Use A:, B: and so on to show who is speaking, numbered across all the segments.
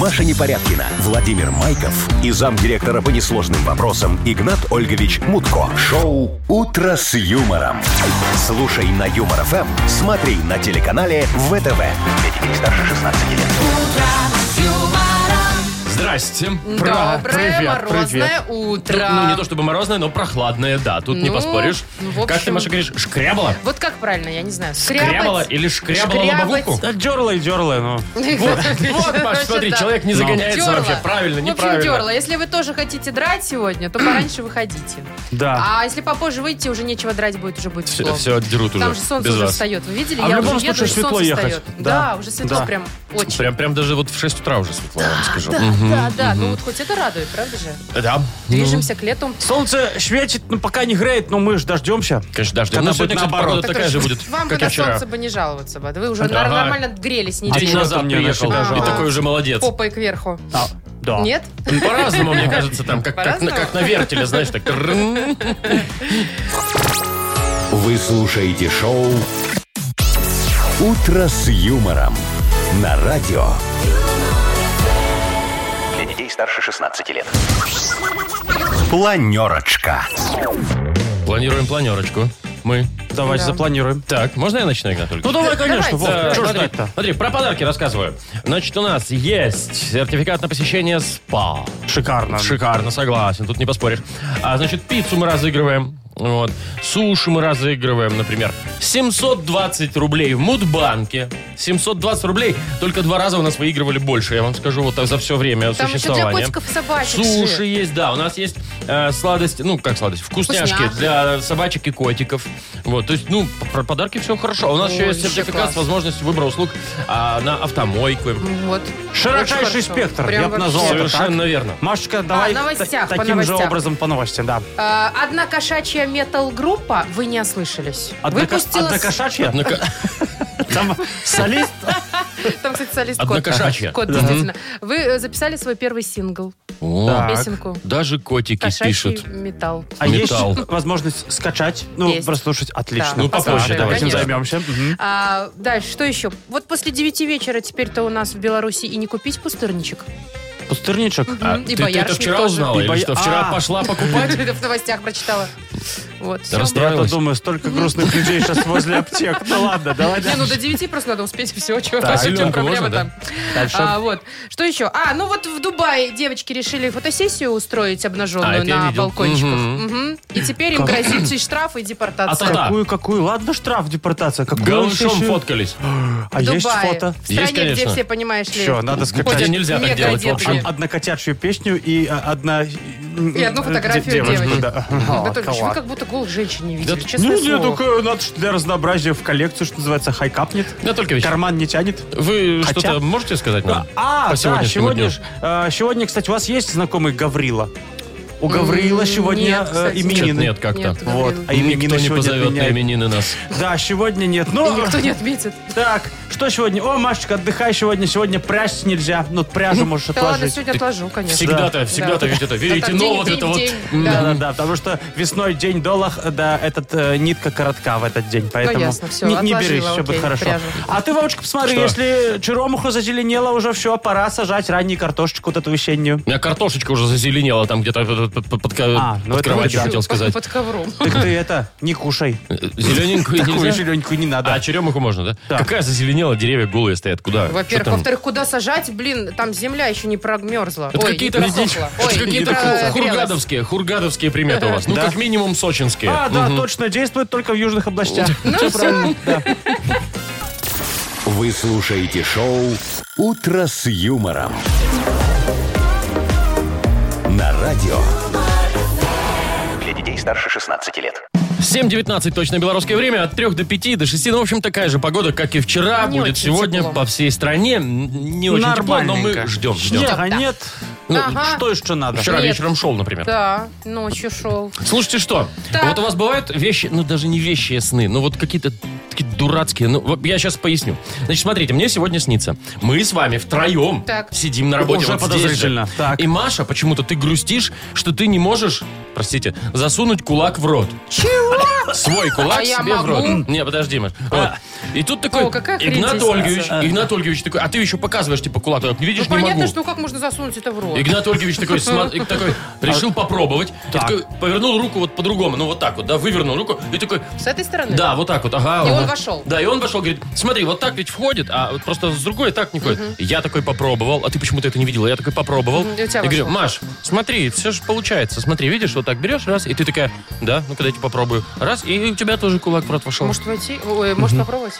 A: Маша Непорядкина, Владимир Майков и замдиректора по несложным вопросам Игнат Ольгович Мутко. Шоу «Утро с юмором». Слушай на Юмор ФМ, смотри на телеканале ВТВ. Для детей старше 16 лет.
B: Здрасте.
C: Доброе
D: привет,
C: морозное
D: привет.
C: утро.
B: Ну, не то чтобы морозное, но прохладное, да. Тут не
C: Ну,
B: поспоришь.
C: ну, в
B: Как ты,
C: общем-
B: Маша, говоришь, шкрябала?
C: Вот как правильно, я не знаю.
B: Шкрябала
C: Скрябать?
B: или шкрябала
C: Шкрябать.
B: лобовуху?
D: Да, дерла и ну. дерла, но...
B: Вот, вот, Маш,
C: Короче,
B: смотри,
C: да.
B: человек не
D: Ну.
B: загоняется
C: Тёрла.
B: вообще. Правильно,
C: В общем, терла.
B: неправильно.
C: Если вы тоже хотите драть сегодня, то пораньше выходите.
D: Да.
C: А если попозже выйдете, уже нечего драть будет, уже будет
B: Все,
C: тепло.
B: все дерут
C: Там
B: уже.
C: же солнце
B: без
C: уже
B: вас.
C: встает. Вы видели?
D: А в
C: я
D: любом
C: уже еду,
D: случае
C: и солнце
D: светло ехать.
C: встает. Да,
D: Да.
C: уже светло
D: Да.
C: прям очень.
B: Прям, прям даже вот в 6 утра уже светло, я вам скажу.
C: Да,
B: Мгм. Ну.
C: да, да. Ну вот хоть это радует, правда же?
B: Да.
C: Движемся к лету.
D: Солнце светит, ну пока не греет, но мы ж дождемся.
B: Конечно, даже.
D: Когда
B: Ну, сегодня,
D: будет
B: кстати,
D: наоборот.
B: погода
C: Так
B: такая же будет,
C: Вам бы
B: как
C: на
B: и вчера.
C: солнце бы не жаловаться бы. Да Вы уже
B: Ага. А
C: нар- нормально грелись
B: День
C: неделю.
B: назад
D: Что-то мне
B: приехал.
D: насчет
B: И
C: жалко.
B: такой уже молодец.
C: Попой кверху.
D: А, да.
C: Нет?
B: Ну, По-разному, мне кажется, там, как, как, на,
C: По-разному?
B: как на вертеле, знаешь, так. тррррм.
A: Вы слушаете шоу «Утро с юмором» на радио. Для детей старше 16 лет. Планерочка.
B: Планируем планерочку. Мы.
D: Давайте
C: Да.
D: запланируем.
B: Так, можно я начну, Игнат Ольгович?
D: Ну давай, конечно,
C: давайте.
D: Вов,
B: Так,
D: что ж
B: смотри,
D: ждать-то?
B: смотри, про подарки рассказываю. Значит, у нас есть сертификат на посещение СПА.
D: Шикарно.
B: Шикарно, согласен, тут не поспоришь. А, значит, пиццу мы разыгрываем. Вот. Суши мы разыгрываем, например. 720 рублей в Мудбанке. 720 рублей. Только два раза у нас выигрывали больше, я вам скажу, вот так за все время
C: Там еще для
B: существования.
C: котиков и собачек. же.
B: Суши есть, да. У нас есть э, сладости, ну, как сладости, вкусняшки
C: Вкусняшки.
B: для собачек и котиков. Вот, то есть, ну, про подарки все хорошо. А У нас
C: Ой,
B: еще есть
C: вообще
B: сертификат
C: класс.
B: с возможностью выбора услуг а, на автомойку.
C: Вот. Очень
D: Широчайший
C: хорошо.
D: спектр,
C: Прям
D: я бы назвал
C: вообще.
D: это так.
B: Совершенно верно.
D: Машечка, давай
C: О новостях,
D: та-
C: по
D: таким же
C: новостям.
D: образом по новостям, да.
C: А, Одна кошачья метал-группа, вы не ослышались.
D: Одноко-
C: Выпустила... с-
D: Однокошачья?
B: Однако-
D: Там солист?
C: Там, кстати, солист
B: Одна
C: Кот.
B: кошачья.
C: Кот, действительно. Вы э, записали свой первый сингл,
B: О,
D: Да. Так.
C: песенку.
B: Даже котики
C: Кошачий
B: пишут.
C: металл.
D: А
B: Металл.
D: есть возможность скачать? Ну,
C: Есть.
D: прослушать? Отлично.
C: Да.
B: Ну, попозже
D: Так,
B: давайте,
D: Этим
B: да.
D: займемся. Мгм.
C: А, дальше, что еще? Вот после девяти вечера теперь-то у нас в Беларуси и не купить пустырничек.
D: Пустырничек?
B: А
C: Мгм.
B: ты,
C: И
B: ты это
C: боярышник
B: вчера
C: тоже.
B: узнала?
D: И
B: Или
D: боя-
B: что, вчера
D: А.
B: пошла покупать?
C: Вот, это в новостях прочитала. Вот, всё.
B: Расстра-
D: Я-то
B: Нравилось?
D: думаю, столько грустных людей сейчас возле аптек. Да ладно, давай
C: Не, ну
D: дальше.
C: до 9 просто надо успеть все, что
B: Так, зеленку
C: проблема
B: можно,
C: там. А, вот. Что еще? А, ну вот в Дубае девочки решили фотосессию устроить
B: А,
C: обнаженную
B: это я
C: на
B: видел.
C: балкончиках.
B: Мгм.
C: Мгм. И теперь им грозит и штраф, и
B: А
C: депортация.
B: тогда?
D: Какую, какую? Ладно, штраф, депортация. Какую
B: Голышом
D: еще-
B: фоткались.
D: А
C: В
D: есть
C: Дубае.
D: фото?
C: В стране,
B: Есть, конечно.
C: где все, понимаешь ли...
D: Все, надо
B: Хотя
D: скачать.
B: нельзя так
C: мега
B: делать, в
C: одетые.
B: общем.
D: Однокотячую песню и а, одна... э, И
C: одну фотографию девочки. Анатольевич, вы как будто голых женщин не видели, честное
D: Ну,
C: слово.
D: нет, только надо ж для разнообразия в коллекцию, что называется, хайкапнет.
B: Анатольевич,
D: Карман не тянет.
B: вы
D: Хотя-
B: что-то можете сказать нам?
D: А,
B: по
D: да,
B: сегодняшнему
D: сегодня,
B: дню?
D: ж, э, сегодня, кстати, у вас есть знакомый Гаврила? У Гаврила сегодня
C: нет,
D: э,
C: кстати.
D: именины.
B: Чё-то нет как-то.
C: Нет,
D: Вот,
C: Гаврила.
D: а именины
B: Никто не
D: сегодня
B: позовет на
D: отменяют.
B: именины нас.
D: Да, сегодня нет. Ну, Но
C: Никто не отметит.
D: так, что сегодня? О, Машечка, отдыхай сегодня. Сегодня прясть нельзя. Ну, пряжу можешь
C: Да ладно,
D: отложить.
C: сегодня отложу, конечно.
B: Всегда-то,
C: Да.
B: всегда-то ведь это
C: Да, там
B: веретено
C: день,
B: вот
C: день,
B: это вот.
C: день,
B: М,
C: да.
D: Да, да, да, потому что весной день долах, да, этот э, нитка коротка в этот день, поэтому
C: Ну, ясно, всё,
D: не, не
C: отложила,
D: берись, все
C: окей,
D: будет хорошо.
C: пряжу.
D: А ты, Вовочка, посмотри,
B: Что?
D: если черемуха зазеленела уже, все, пора сажать раннюю картошечку вот эту весеннюю.
B: У меня картошечка уже зазеленела там где-то э, под, под- под- под-
D: А,
B: под
D: ну это
B: кроватью,
D: да.
B: хотел
C: Под-
B: сказать.
C: Под ковром.
D: Так ты это, не кушай.
B: Зелененькую
D: Такую
B: нельзя?
D: зелененькую не
B: А
D: надо.
B: черемуху можно, да?
D: Да.
B: Какая зазеленела, деревья голые стоят, куда? Чё
C: Во-первых.
B: там?
C: Во-вторых, куда сажать? Блин, там земля еще не промерзла.
B: Это
C: Ой,
B: какие-то,
C: не просохла.
B: это
C: Ой, не
B: какие-то
C: прогрелась.
B: ху- хургадовские, хургадовские приметы у вас. Ну,
D: Да.
B: как минимум, сочинские.
D: А, да, точно, действует только в южных областях.
C: Ну, все.
A: Вы слушаете шоу «Утро с юмором». На радио. Для детей старше 16 лет.
B: 7.19 точно белорусское время, от 3 до 5, до 6. Ну, в общем, такая же погода, как и вчера.
C: Не
B: будет
C: очень
B: сегодня
C: тепло.
B: по всей стране. М, Не очень тепло, но мы
D: Нормальненько.
B: ждем, ждем.
D: Снега
C: Да.
D: нет.
B: Ну,
C: Ага.
D: Что еще надо?
B: Вчера
C: Нет.
B: вечером шел, например.
C: Да, ночью шел.
B: Слушайте, что?
C: Так.
B: Вот у вас бывают вещи, ну даже не вещи, а сны, ну вот какие-то такие дурацкие. Ну, вот я сейчас поясню. Значит, смотрите, мне сегодня снится. Мы с вами втроем
C: Так.
B: сидим на работе.
D: Уже
B: вот здесь же.
D: подозрительно. Так.
B: И Маша, почему-то ты грустишь, что ты не можешь, простите, засунуть кулак в рот. Чего? свой кулак
C: А я
B: себе в рот.
C: могу?
B: Не, подожди, Маш.
D: А.
B: Вот. И тут такой
C: О, какая хрень
B: Игнат
C: здесь
B: Ольгович, Игнат Ольгович такой, а ты еще показываешь, типа, кулак. Так,
C: Ну,
B: Видишь, не
C: понятно,
B: могу.
C: что ну, как можно засунуть это в рот?
B: Игнат Ольгович такой, сма- и такой решил
C: А,
B: попробовать. И такой повернул руку вот по-другому, ну вот так вот, да, вывернул руку. И такой,
C: С этой стороны?
B: да, вот так вот, ага.
C: И он
B: ага.
C: вошел.
B: Да, и он вошел, говорит, смотри, вот так ведь входит, а вот просто с другой так не входит. Я такой попробовал, а ты почему-то это не видела, я такой попробовал.
C: Мгм, и у тебя
B: говорю,
C: вошло.
B: Маш, смотри, все же получается, смотри, видишь, вот так берешь, раз, и ты такая, да, ну, ну-ка дайте попробую. Раз, и у тебя тоже кулак в рот вошел.
C: Может войти? Ой, может попробовать?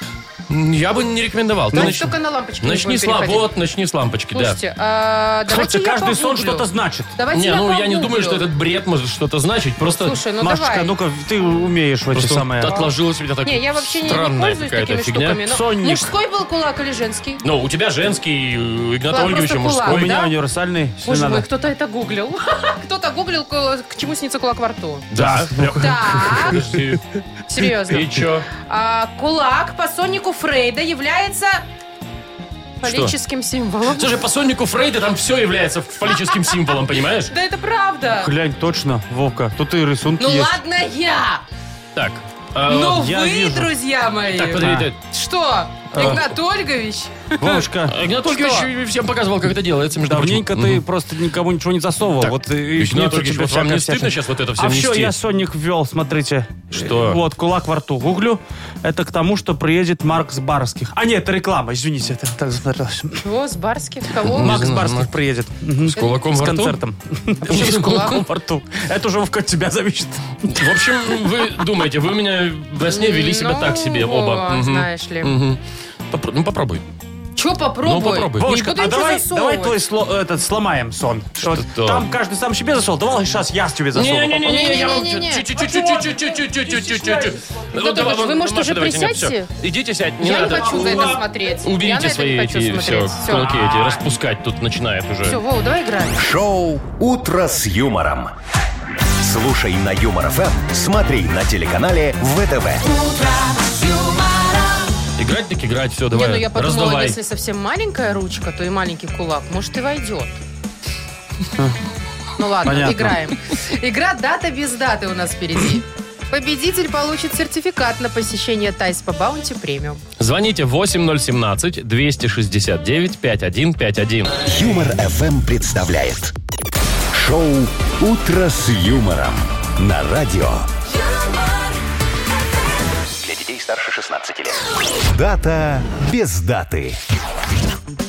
B: М, Я бы не рекомендовал. Ты
C: Значит,
B: начни-
C: только на лампочке
B: Начни
C: будем
B: с ламп,
C: переходить.
B: вот, начни с лампочки, да.
C: Слушайте, а, давайте
D: Слушайте,
C: я
D: каждый сон
C: погуглю.
D: что-то значит.
C: Давайте
B: не,
C: я
B: ну я не
C: погуглю.
B: думаю, что этот бред может что-то значить, просто...
C: Слушай, ну
D: Машечка,
C: давай.
D: ну-ка, ты умеешь в эти
B: Просто
D: самые...
B: отложилось у меня так
C: Не, я вообще не, не
B: странная
C: пользуюсь
B: какая-то
C: такими
B: фигня.
C: штуками. но
D: Сонник.
C: Мужской был кулак или женский?
B: Ну, у тебя женский, э, у Игната
C: Ладно,
B: Ольговича
C: просто
B: а мужской.
D: А У
C: кулак.
D: меня
C: да?
D: универсальный, если
C: Боже мой,
D: надо.
C: кто-то это гуглил. Кто-то гуглил, к к чему снится кулак во рту.
B: Да.
C: Так,
B: Подожди.
C: серьезно.
B: И чё?
C: А, кулак по соннику Фрейда является фаллическим символом.
B: Слушай, по соннику Фрейда там все является фаллическим символом, понимаешь?
C: Да это правда.
D: Глянь, точно, Вовка, тут и рисунки
C: Ну
D: есть.
C: ладно я,
B: Так. э,
C: но
D: я
C: Ну вы,
D: вижу.
C: друзья мои.
B: Так, подожди. А.
C: Что, Игнат Ольгович?
D: Вовочка,
B: да. Игнат Ольгович всем показывал, как это делается, Э, между прочим.
D: давненько ты просто никому ничего не засовывал.
B: Так,
D: Вот и
B: Игнат
D: снится
B: Ольгович,
D: тебе
B: вот вам не
D: всякая
B: стыдно
D: всячина.
B: сейчас вот это все
D: А все,
B: нести?
D: я сонник ввел, смотрите.
B: Что?
D: Вот, кулак во рту гуглю. Это к тому, что приедет Маркс Барских. А нет, это реклама, извините, это так засмотрелось.
C: Чего, с барских? Кого?
B: Не
D: Макс
B: знаю,
D: Барских
B: Марк.
D: приедет. Мгм.
B: С кулаком
D: С
B: во рту?
D: концертом.
B: Вообще,
D: С
B: ну,
D: кулаком во рту. Это уже Вовка, от тебя зависит.
B: В общем, вы думаете, вы у меня во сне вели себя
C: Ну,
B: так себе оба.
C: вот,
B: Мгм.
C: Знаешь ли.
B: Мгм. Попро- Ну, попробуй.
C: Че попробуй?
B: Ну, попробуй.
C: Не
D: Вовочка,
C: буду
D: а
C: ничего
D: давай, давай
C: засовывать.
D: твой сло- этот, сломаем сон. Что
B: да.
D: там каждый сам себе засовывал, давай сейчас я тебе засовывал.
B: Не-не-не, я вам
C: Не-не-не-не.
B: чуть-чуть-чуть-чуть-чуть-чуть-чуть-чуть-чуть.
C: Ну, ты можешь- вы, может, уже присядьте?
B: Идите сядь, не
C: Я не
B: надо.
C: хочу на это смотреть. Я на
B: Уберите
C: это
B: свои
C: не хочу
B: эти все,
C: смотреть.
B: колки эти, распускать тут начинает
C: Все,
B: уже.
C: Вова, давай играем.
A: Шоу «Утро с юмором». Слушай на Юмор ФМ, смотри на телеканале ВТВ.
B: Играть так играть, все,
C: Не, ну
B: давай,
C: я подумала,
B: раздавай.
C: если совсем маленькая ручка, то и маленький кулак, может, и войдет. Ну ладно,
D: Понятно.
C: играем. Игра «Дата без даты» у нас впереди. Победитель получит сертификат на посещение Тайс по Баунти премиум.
B: Звоните 8017-269-5151.
A: Юмор ФМ представляет шоу Утро с юмором на радио. Для детей старше 16 лет. Дата без даты.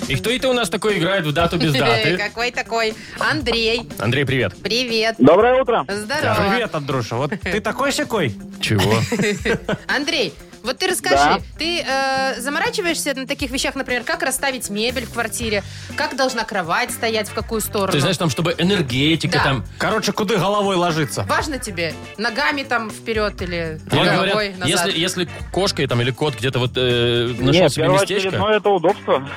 B: И кто это у нас такой играет в дату без даты?
C: Какой такой? Андрей,
B: Андрей, привет.
C: привет.
E: Доброе утро.
C: Здорово.
D: Привет, Андрюша, вот ты такой сякой.
B: Чего?
C: Андрей, вот ты расскажи,
E: Да.
C: ты э, заморачиваешься на таких вещах, например, как расставить мебель в квартире, как должна кровать стоять, в какую сторону?
B: Ты знаешь, там, чтобы энергетика
C: Да.
B: там...
D: Короче, куда головой ложиться?
C: Важно тебе ногами там вперед или
B: Вот
C: головой
B: говорят,
C: назад?
B: если, если кошка и там, или кот где-то вот э, нашел
E: Нет,
B: себе местечко,
E: первоочередное это удобство.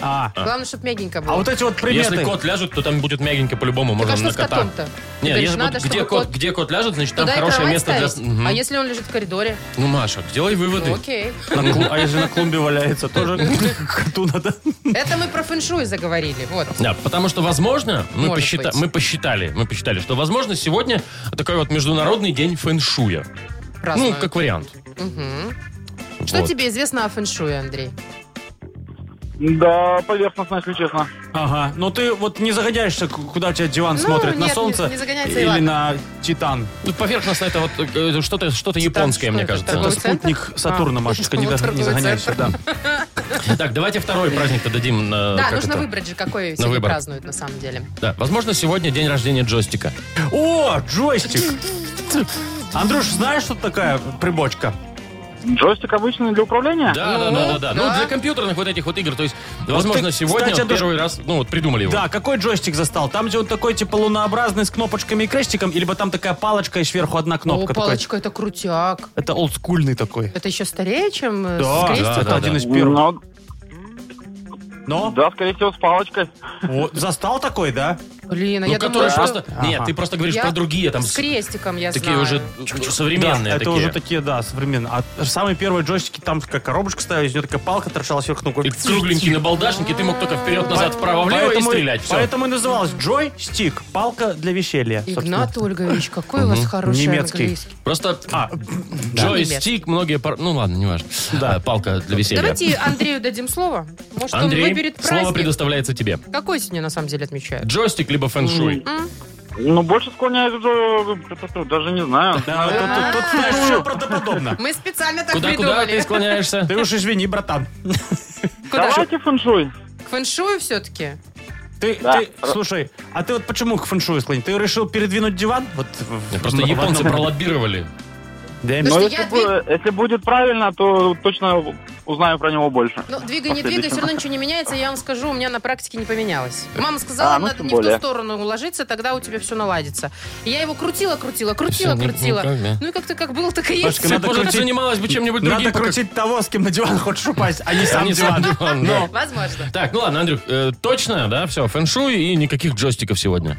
D: А,
C: Главное, чтобы мягенько было.
D: а вот эти вот приметы.
B: если кот ляжет, то там будет мягенько по-любому,
C: так
B: можно
C: а что
B: на
C: с
B: кота.
C: котом-то? Ты
B: Нет,
C: говоришь,
B: если
C: надо,
B: вот где
C: чтобы
B: кот,
C: кот
B: где кот ляжет, значит там
C: туда и
B: хорошее
C: кровать
B: место
C: ставить?
B: для... Мгм.
C: А если он лежит в коридоре?
B: Ну, Маша, делай выводы.
C: Ну, окей.
D: На клу- А если на клумбе валяется, тоже коту надо.
C: Это мы про фэншуй заговорили. Вот.
B: Да, потому что, возможно, мы,
C: Может
B: посчита-
C: быть.
B: мы посчитали, мы посчитали, что, возможно, сегодня такой вот международный день фэншуя.
C: Праздную.
B: Ну, как вариант.
C: Мгм. Что
B: Вот.
C: тебе известно о фэншуе, Андрей?
E: Да, поверхностно, если честно.
D: Ага, но ты вот не загоняешься, к- куда у тебя диван
C: Ну,
D: смотрит, на
C: нет,
D: солнце
C: не- не загоняется, и
D: или
C: ладно.
D: на Титан?
B: Ну, поверхностно это вот э, что-то что
C: Титан,
B: японское,
C: что
B: мне
C: это,
B: кажется.
D: Это
C: торговый центр?
D: спутник Сатурна,
C: А.
D: Машечка, не
C: Вот
D: за- не
C: торговый
D: загоняйся. да.
B: Так, давайте второй праздник-то дадим. на-
C: да,
B: Э, как
C: нужно
B: это?
C: выбрать же, какой сегодня
B: выбор.
C: празднуют на самом деле.
B: Да, возможно, сегодня день рождения джойстика.
D: О, джойстик! Андрюш, знаешь, что такая прибочка?
E: Джойстик обычный для управления?
B: Да, да,
C: Ну,
B: да, да, да. Ну,
C: да.
B: для компьютерных вот этих вот игр. То есть, возможно,
D: ты,
B: сегодня
D: кстати,
B: вот
D: Андрюш-
B: первый раз, ну, вот придумали его.
D: Да, какой джойстик застал? Там, где он такой, типа, лунообразный с кнопочками и крестиком, или там такая палочка и сверху одна
C: О,
B: Ну, а
D: кнопка? такая?
C: палочка, это крутяк.
D: Это олдскульный такой.
C: Это еще старее, чем э,
D: Да,
C: с крестиком?
D: это
B: да,
D: один
B: да.
D: из первых.
E: Но-
D: Но
E: да, скорее всего, с палочкой.
D: вот, застал такой, да?
C: Блин, а
B: Ну,
C: я
B: которые
C: думала, что...
B: просто... Нет,
D: Ага.
B: ты просто говоришь
C: Я
B: про другие, там,
C: С
B: с-
C: крестиком, я
B: такие
C: знаю.
B: уже ч- современные
D: Да, это
B: такие.
D: уже такие, да, современные. А самые первые джойстики, там такая коробочка ставилась, у нее такая палка торчала сверху. ну,
B: И
D: такой
B: кругленький набалдашники, ты мог только вперед-назад, вправо-влево и
D: Поэтому-
B: стрелять. Все.
D: Поэтому и называлась джойстик, палка для веселья. собственно.
C: Игнат Ольгович, какой у вас хороший
D: Немецкий.
C: английский.
B: Просто
D: А,
B: джойстик, многие... пар- Ну ладно, не важно.
D: Да.
B: А, Палка для веселья.
C: Давайте Андрею дадим слово. Может, он
B: Андрей,
C: выберет
B: слово
C: праздник.
B: предоставляется тебе.
C: Какой сегодня на самом деле отмечают?
B: Джойстик либо фэншуй.
E: Ну, больше склоняюсь к джо- даже не знаю.
D: да, тут- тут- тут знаешь, всё правдоподобно.
C: Мы специально так
B: Куда-куда ты
C: придумали.
B: склоняешься?
D: Ты уж извини, братан.
C: Куда же?
E: Давайте фэншуй.
C: К фэншую все-таки?
D: Ты,
E: Да.
D: ты- слушай, а ты вот почему к фэншую склонен? Ты решил передвинуть диван? Вот в-
B: Просто
D: в- в
B: японцы
D: одном-
B: пролоббировали.
D: Да,
C: Ну,
E: Но
C: что
E: если,
C: я
E: бу- если будет правильно, то точно узнаю про него больше.
C: Ну, двигай, не двигай, все равно ничего не меняется. Я вам скажу, у меня на практике не поменялось. Мама сказала,
E: А, ну,
C: надо
E: тем
C: не в
E: более.
C: ту сторону уложиться, тогда у тебя все наладится. И я его крутила, крутила, крутила,
B: Всё, ну,
C: крутила.
B: ну, как, да.
C: Ну и как-то как было, так и есть.
D: Машка, надо
B: Может,
D: крутить-
B: занималась бы чем-нибудь другим.
D: Надо
B: пока-
D: крутить того, с кем на диван хочешь упасть, а не сам
B: не сам
D: диван.
B: диван, да.
D: Ну,
C: Возможно.
B: Так, ну ладно, Андрюх, э, точно, да, все, фэншуй и никаких джойстиков сегодня.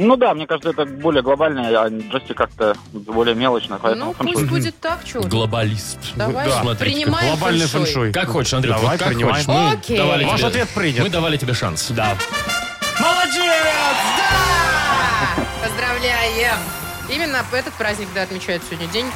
E: Ну да, мне кажется, это более глобальное, а джойстик как-то более мелочно, поэтому
C: Ну, пусть
E: фэншуй.
C: будет так, чего.
B: Глобалист.
C: Давай,
B: Смотрите,
C: принимаем
D: Глобальный
C: фэншуй.
D: фэншуй.
B: Как хочешь, Андрюх,
D: Давай,
B: вот как
D: принимай.
B: хочешь.
D: Ну,
C: Окей.
B: Давали
D: Ваш
B: тебе-
D: ответ принят.
B: Мы давали тебе шанс.
D: Да. Молодец!
C: Да! Поздравляем! Именно этот праздник, да, отмечают сегодня день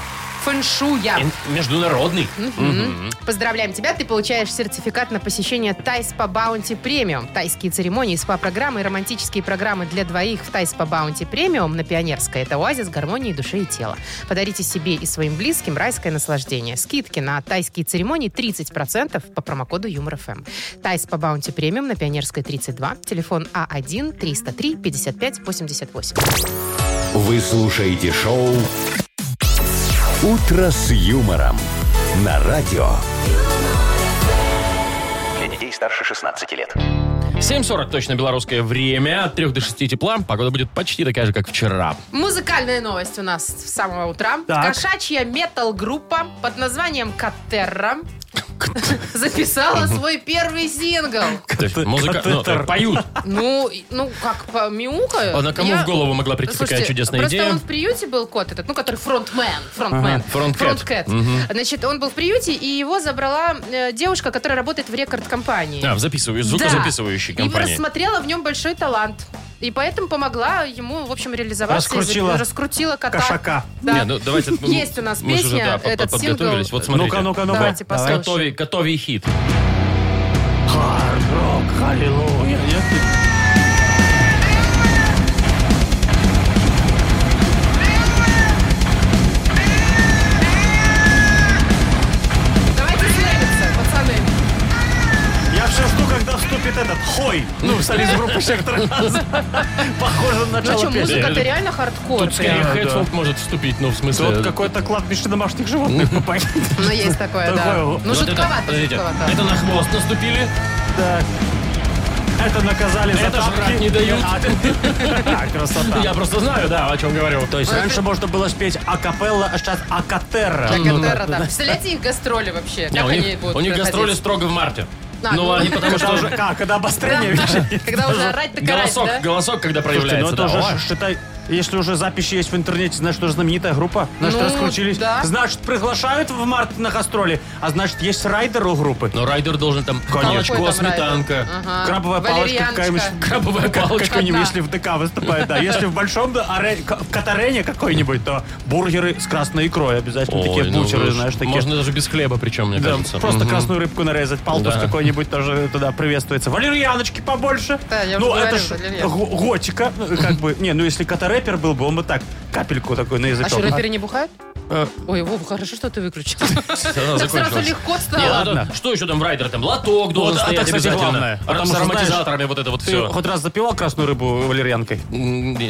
C: фэншуя.
B: Ин- Международный.
C: Мгм. Поздравляем тебя, ты получаешь сертификат на посещение Тайс по Баунти Премиум. Тайские церемонии, СПА-программы и романтические программы для двоих в Тайс по Баунти Премиум на Пионерской. Это оазис гармонии души и тела. Подарите себе и своим близким райское наслаждение. Скидки на тайские церемонии 30% по промокоду Юмор эм. ФМ. Тайс по Баунти Премиум на Пионерской 32, телефон А А1 303 55 88.
A: Вы слушаете шоу «Утро с юмором» на радио.
F: Для детей старше 16 лет.
B: 7.40 точно белорусское время. От 3 до 6 тепла. Погода будет почти такая же, как вчера.
C: Музыкальная новость у нас с самого утра.
D: Так.
C: Кошачья метал-группа под названием Катерра записала свой первый сингл.
B: То есть Музыка... ну,
D: катетер.
B: Поют.
C: Ну, и- ну как помяукают.
B: А на кому
C: Я-
B: в голову могла прийти такая
C: Слушайте,
B: чудесная
C: просто
B: идея?
C: он в приюте был кот этот, ну, который фронтмен, фронтмен.
B: Ага, фронткэт. Мгм.
C: Значит, он был в приюте, и его забрала э, девушка, которая работает в рекорд-компании.
B: А, в записываю, звукозаписывающей
C: Да. И
B: компании.
C: рассмотрела в нем большой талант. И поэтому помогла ему, в общем, реализоваться.
D: Раскрутила
C: И раскрутила кота.
D: кошака.
C: Да.
B: Не, ну, давайте, мы-
C: Есть у нас
B: мы же
C: песня,
B: уже, да, под-
C: этот
B: подготовились.
C: сингл.
B: Вот смотрите.
D: Ну-ка, ну-ка, ну-ка.
C: Давайте
D: Давай.
C: послушаем.
B: Готови, готовий хит.
D: Аллилуйя.
C: Давайте славиться, пацаны. Ну
D: Я все жду, когда вступит этот хой. Ну, солист группы «Сектор газа». Похоже на
C: Ну что,
D: начало песни.
C: музыка-то
B: Э,
C: реально хардкор.
B: Тут скорее
C: прям.
D: да.
B: Хэтфилд может вступить, ну, в смысле...
D: Тут какое-то кладбище домашних животных попадет.
C: Ну, есть такое, да.
D: Такое вот.
C: Ну,
B: Вот это-
C: жутковато,
B: подождите,
C: жутковато.
B: Это на хвост наступили.
D: Так. Это наказали за
B: Это
D: тапки.
B: жрать не дают.
D: А,
B: Я
D: Красота.
B: просто знаю, да, о чем говорю. То есть...
D: Раньше можно было спеть акапелла, а сейчас акатерра.
C: Так,
D: Ну,
C: Катерра, да. Представляете их гастроли вообще?
B: Не,
C: Как
B: у
C: они
B: них,
C: будут
B: у них
C: проходить?
B: гастроли строго в марте.
C: А,
B: ну,
C: ну.
B: они потому
D: Когда
B: что...
D: уже, как, когда обострение
C: Да,
D: видишь?
C: Когда уже орать-то карать,
B: Голосок,
C: да?
B: голосок, когда
D: Слушайте, ну
B: проявляется.
D: это
B: да.
D: уже,
B: О,
D: ш- считай, если уже записи есть в интернете, значит, уже знаменитая группа. Значит,
C: Ну,
D: раскрутились.
C: да.
D: Значит, приглашают в март на гастроли, а значит, есть райдер у группы.
B: Но Ну, райдер должен там
D: Конечно.
B: молочко,
C: Какой там райдер?
B: сметанка,
C: Ага.
D: Крабовая палочка
C: Валерьяночка.
D: какая-нибудь.
B: крабовая палочка.
D: Какой-нибудь,
C: Одна.
D: если в ДК выступает, да. Если в большом да, аре- к- в Катарене какой-нибудь, то бургеры с красной икрой обязательно.
B: Ой,
D: такие
B: ну,
D: бутеры,
B: ж-
D: знаешь, такие.
B: Можно даже без хлеба причем, мне
D: Да,
B: кажется.
D: просто
B: Мгм.
D: красную рыбку нарезать, палтус
B: Да.
D: какой-нибудь тоже туда приветствуется. Валерьяночки побольше.
C: Да, я уже
D: ну,
C: говорю,
D: это ж
C: валерьянка.
D: го- готика, ну, как бы. Не, ну если катарэпер был бы, он бы так капельку такой на
C: А
D: язычок.
C: что, рэперы не бухают?
D: Э.
C: Ой, Вов, хорошо, что ты выключил.
B: Она
C: Так сразу
B: закончилась.
C: легко
B: А Не,
C: стало.
B: надо- что еще там в райдер? Там лоток должен
D: Вот, а
B: стоять
D: это, кстати,
B: обязательно.
D: главное.
B: А там
D: Потому
B: с
D: что, знаешь,
B: ароматизаторами вот это вот
D: Ты
B: все.
D: хоть раз запивал красную рыбу валерьянкой?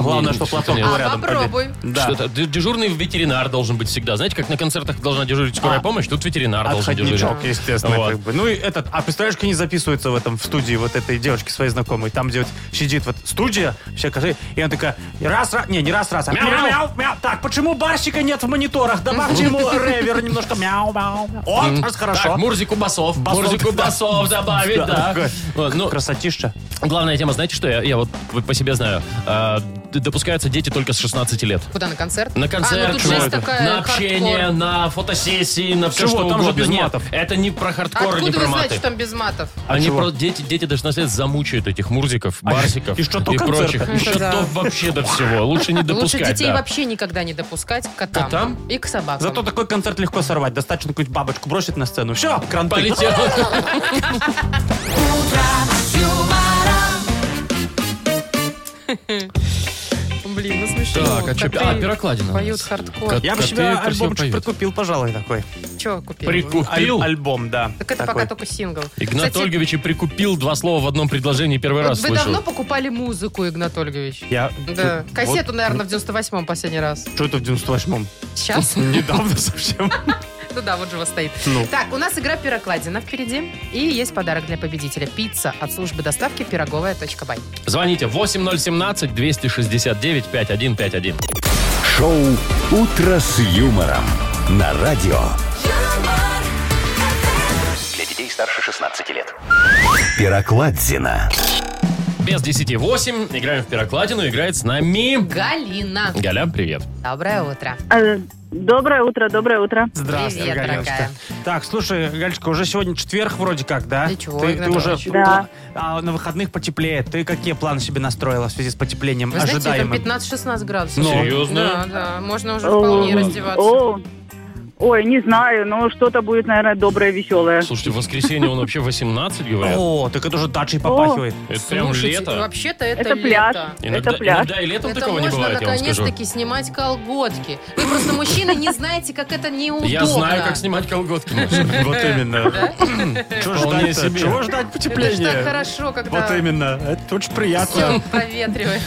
D: Главное, что платок был
C: А
D: рядом.
C: попробуй.
D: Да.
B: Что-то, д- дежурный ветеринар должен быть всегда. Знаете, как на концертах должна дежурить скорая
D: А.
B: помощь, тут ветеринар должен дежурить.
D: Отходничок, естественно.
B: Вот.
D: как бы. Ну и этот, а представляешь, как они записываются в этом, в студии вот этой девочки своей знакомой, там, где вот сидит вот студия, все кажи, и она такая, раз, раз, не, не раз, раз, а мяу, мяу, мяу, Так, почему барщика нет в мониторах? Добавьте ему ревер немножко, мяу, мяу. мяу. Вот, раз,
B: Так,
D: хорошо.
B: Мурзику басов,
D: Басов,
B: Мурзику
D: да.
B: басов добавить, да.
D: такой
B: Вот, ну,
D: Красотища.
B: Главная тема, знаете, что я, я вот по себе знаю? А, д- допускаются дети только с 16 лет.
C: Куда, на концерт?
B: На концерт,
C: А, ну тут жизнь
D: это?
C: такая
B: на общение,
C: хардкор.
B: на фотосессии, на все
D: Чего?
B: что
D: Там же
B: угодно.
D: без
B: Нет,
D: матов.
B: это не про хардкор,
C: Откуда
B: не про
C: вы
B: маты.
C: знаете, что там без матов?
B: Они
D: чего? А
B: про дети, дети даже на свет замучают этих мурзиков, барсиков
D: и что то концерты.
B: прочих. И
C: Это
B: что
C: да.
B: то вообще до всего. Лучше не
C: Лучше
B: допускать.
C: детей
B: да.
C: вообще никогда не допускать к котам.
B: Котам?
C: И к собакам.
D: Зато такой концерт легко сорвать. Достаточно какую-нибудь бабочку бросить на сцену. Все, кранты.
B: Полетел.
C: Блин, ну смешно.
B: Так, а чё,
C: Коты
B: а, пирокладина.
C: Поют хардкор.
B: Кот-
D: Я бы
B: Коты
D: себе
B: красиво
D: альбомчик
B: поют.
D: прикупил, пожалуй, такой.
C: Чё купил?
B: Прикупил.
D: Аль- альбом, да.
C: Так это
D: Такой.
C: пока только сингл.
B: Игнат
C: Кстати,
B: Ольгович и прикупил два слова в одном предложении первый
C: вот
B: раз
C: вы
B: слышал.
C: давно покупали музыку, Игнат Ольгович?
D: Я...
C: Да.
D: Вот-
C: Кассету, наверное, в 98-м последний раз.
D: Что это в 98-м?
C: Сейчас?
D: Недавно совсем.
C: Ну да, вот же у вас стоит.
D: Ну.
C: Так, у нас игра «Пирокладина» впереди. И есть подарок для победителя. Пицца от службы доставки пироговая.бай.
B: Звоните 8017-269-5151.
A: Шоу «Утро с юмором» на радио.
G: юмор,
F: Для детей старше 16 лет.
A: Пирокладзина.
B: Без 10-8. Играем в пирокладину. Играет с нами...
C: Галина.
B: Галя, привет.
C: Доброе утро.
H: Э, Доброе утро, доброе утро.
D: Здравствуй,
C: Привет,
D: Галиночка.
C: дорогая.
D: Так, слушай, Галечка, уже сегодня четверг вроде как, да?
C: Ты чего,
D: ты,
C: Игнат
D: ты уже
C: Иванович?
H: Да.
D: а, на выходных потеплеет. Ты какие планы себе настроила в связи с потеплением
C: Вы знаете, там
D: ожидаемым?
C: 15-16 градусов.
B: Ну. Серьезно?
C: Да, да. Можно уже
H: О,
C: вполне раздеваться.
H: О, ой, не знаю, но что-то будет, наверное, доброе, веселое.
B: Слушайте, в воскресенье он вообще 18, говорят.
D: О, так это уже дачей попахивает.
B: Это прям
C: Слушайте,
B: лето.
C: Вообще-то это,
H: Это
C: лето.
H: пляж.
B: Иногда,
H: это пляж.
B: иногда и летом
C: Это
B: такого не
C: можно
B: бывает, я вам скажу.
C: наконец-таки снимать колготки. Вы просто мужчины не знаете, как это неудобно.
B: Я знаю, как снимать колготки.
D: Вот именно. Чего
B: Вполне
D: ждать-то?
B: себе.
D: Чего ждать
C: Это ж так
D: потепления?
C: хорошо, когда
D: Вот именно. Это очень приятно.
C: все проветривает.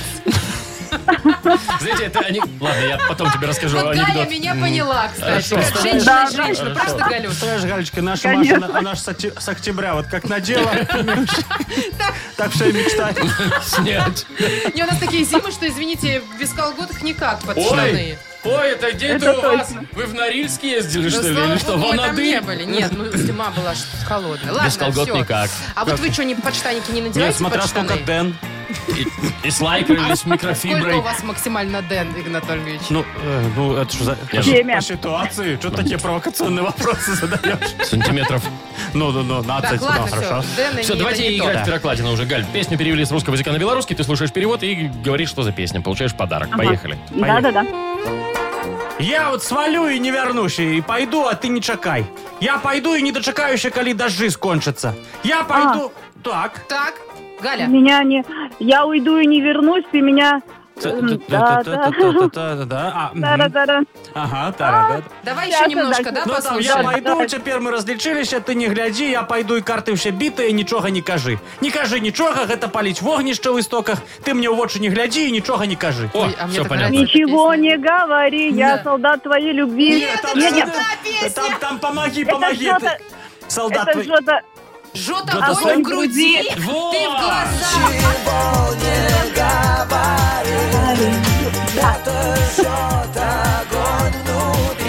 B: Знаете, это они... Ладно, я потом тебе расскажу
C: Вот Галя
B: анекдот.
C: меня
B: М.
C: поняла, кстати.
B: Хорошо.
C: Как женщина
H: Да,
C: и женщина, просто Галю.
D: Представляешь, Галечка, наша
H: Конечно.
D: Маша, она ж с оте- с октября вот как надела, так все и мечтает.
B: Снять.
C: Не, у нас такие зимы, что, извините, без колготок никак под
B: Ой,
C: штаны.
B: ой, это где-то
H: Это
B: у вас?
H: точно.
B: Вы в Норильск ездили,
C: Ну,
B: что ли?
C: слава
B: Или что,
C: богу,
B: в
C: мы там не
B: Анадырь?
C: были. Нет, ну зима была ж холодная. Ладно,
B: Без колгот
C: всё.
B: никак.
C: А вот вы что, не подштаники не надеваете
D: Нет, смотря
C: под штаны?
D: сколько Дэн.
B: И с лайкой, или с
C: А Сколько у
B: микрофиброй.
C: вас максимально Дэн, Игнат Ольгович?
D: Ну, э, ну это что за...
B: Я же-
H: Семя.
D: По ситуации? Что такие провокационные вопросы задаешь?
B: Сантиметров.
D: Ну, ну, ну,
C: Так,
D: 15,
C: ладно,
D: ну, хорошо.
C: все, Дэн и
B: Все,
C: не- это
B: давайте
C: не то.
B: играть в пирокладину уже, Галь. Песню перевели с русского языка на белорусский, ты слушаешь перевод и говоришь, что за песня. Получаешь подарок. Поехали.
H: Да-да-да.
D: Я вот свалю и не вернусь, и пойду, а ты не чакай. Я пойду и не дочекаю еще, коли дожди скончатся. Я пойду... Так.
C: Так, Галя,
H: Меня не... Я уйду и не вернусь, ты меня... Эм, да, да.
D: Та-та-та-та-та-та-та. А, мгм.
H: Та-ра-та-ра.
D: Ага, та-ра-та.
C: давай
H: да,
C: еще
H: да,
C: немножко,
H: да.
C: да,
D: Ну там, я
C: послушаем?
D: пойду, цяпер мы разлічыліся, ты не глядзі, я пойду и карты все бітыя, нічога не кажы. Не кажы нічога, гэта паліць вогнішча ў істоках, ты мне ў вочы не глядзі і нічога не кажы.
B: О,
C: Ой, а мне
B: все
C: так
B: понятно.
C: нравится.
H: Ничего
C: песня.
H: не говори,
C: Да.
H: я солдат твоей любви.
D: там,
H: Нет, нет,
D: там, там, там, помоги,
H: Это
D: помоги.
H: что-то-
D: ты- Солдат
H: это
D: твой.
H: что-то...
C: Жжет
D: Да, да,
C: огонь в
H: огонь в
C: груди,
H: груди.
C: ты в глазах.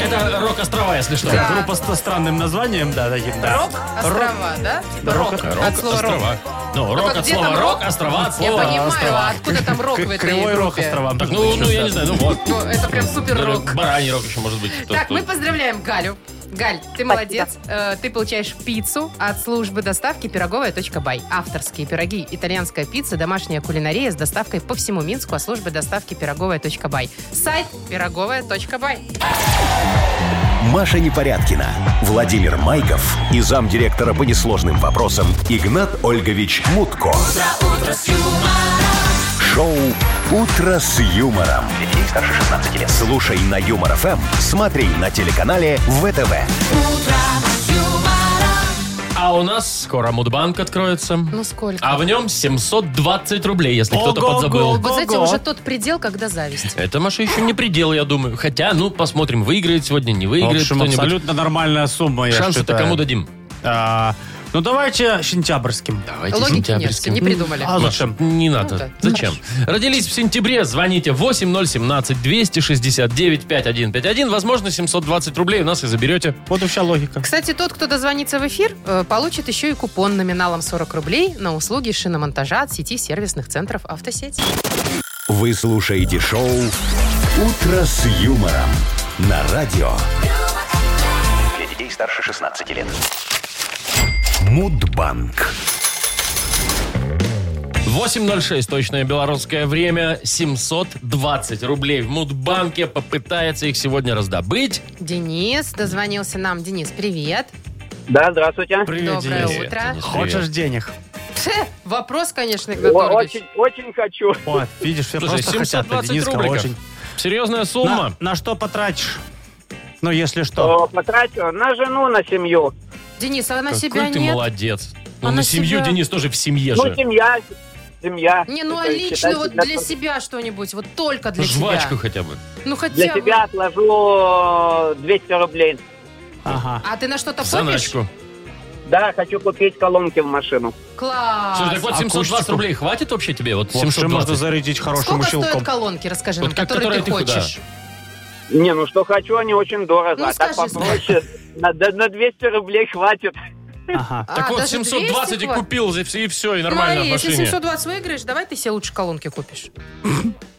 B: Это рок-острова, если что.
C: Да.
D: Группа со странным названием, да, таким, да.
C: Рок, острова, да? Типа
D: Рок-
C: рок,
B: Рок,
C: от слова рок.
B: острова. Ну,
C: Только
B: рок от
C: А где
B: слова
C: там
B: рок,
C: рок?
B: острова от
C: Я
B: слова
C: понимаю, а
B: острова.
C: откуда там рок в этой
D: Кривой рог
C: группе?
D: островам.
B: Так, ну, ну, я не знаю, ну вот.
C: Ну, это прям супер
B: Даже
C: рок.
B: Бараний рок еще может быть.
C: Так,
B: Тут-
C: мы
B: тут.
C: поздравляем Галю. Галь, ты молодец. Э, Ты получаешь пиццу от службы доставки пироговая.бай. Авторские пироги, итальянская пицца, домашняя кулинария с доставкой по всему Минску от службы доставки пироговая.бай. Сайт пироговая.бай.
A: Маша Непорядкина, Владимир Майков и замдиректора по несложным вопросам Игнат Ольгович Мутко. Шоу «Утро с юмором».
F: Для детей старше 16 лет.
A: Слушай на Юмор ФМ, смотри на телеканале ВТВ.
B: А у нас скоро Мудбанк откроется.
C: Ну сколько?
B: А в нем 720 рублей, если кто-то
D: Ого-го.
B: подзабыл.
C: Вот знаете,
D: Ого.
C: уже тот предел, когда зависть.
B: Это, Маша, еще не предел, я думаю. Хотя, ну, посмотрим, выиграет сегодня, не
D: В
B: выиграет
D: общем,
B: кто-нибудь.
D: абсолютно нормальная сумма, я
B: Шансы-то
D: считаю.
B: кому дадим?
D: А, Ну давайте сентябрьским.
B: Давайте
C: Логики нет,
B: сентябрьским.
C: не придумали.
D: А
B: Маша,
D: зачем?
B: Не
C: Ну
B: надо.
C: да.
B: Зачем? Родились в сентябре, звоните 8017-269-5151. Возможно, 720 рублей у нас и заберете.
D: Вот и вся логика.
C: Кстати, тот, кто дозвонится в эфир, э, получит еще и купон номиналом 40 рублей на услуги шиномонтажа от сети сервисных центров автосети.
A: Вы слушаете шоу «Утро с юмором» на радио
F: Для детей старше 16 лет.
A: Мудбанк.
B: 8.06, точное белорусское время, 720 рублей в Мудбанке. Попытается их сегодня раздобыть.
C: Денис дозвонился нам. Денис, привет.
E: Да, здравствуйте.
D: Привет,
C: Доброе
D: Денис.
C: утро.
B: Денис, привет.
D: Хочешь денег?
C: Пше, вопрос, конечно,
E: О-
C: Григорьевич.
E: Очень, очень хочу.
D: Вот, видишь, все
B: Слушай,
D: просто хотят.
B: 720
D: Дениска
B: рубликов.
D: очень.
B: Серьезная сумма.
D: На, на что потратишь? Ну, если что.
E: Э, Потрачу на жену, на семью.
C: Денис, а на
B: Какой
C: себя
B: ты
C: нет?
B: молодец. Ну,
C: А
B: на
C: на
B: семью,
C: себя?
B: Денис, тоже в семье
E: Ну,
B: же.
E: семья, семья.
C: Не, ну а
E: Это
C: лично
E: считайте
C: вот для
E: тоже.
C: себя что-нибудь, вот только для
B: Жвачку
C: себя.
B: хотя бы.
C: Ну хотя
E: Для
C: бы.
E: тебя отложу э, 200 рублей.
D: Ага.
C: А ты на что-то копишь?
B: Заначку.
E: Да, хочу купить колонки в машину.
C: Класс.
B: Слушай, так вот
D: А
B: 720
D: кошечку?
B: рублей хватит вообще тебе? Вот
D: Вообще
B: 720.
D: можно зарядить хорошим
C: Сколько
D: щелком.
C: стоят колонки, расскажи
B: Вот
C: нам,
B: как-
C: которые, ты
B: которые ты
C: хочешь?
E: Не, ну что хочу, они очень дорого.
C: Ну,
E: а так
C: скажи,
E: попроще. На, да, на 200 рублей хватит.
D: Ага.
B: Так
C: А,
B: вот,
C: даже
B: 720 и
C: 200 хватит?
B: купил, и все, и все, и нормально
C: Смотри,
B: в
C: если
B: машине.
C: 720 выиграешь, давай ты себе лучше колонки купишь.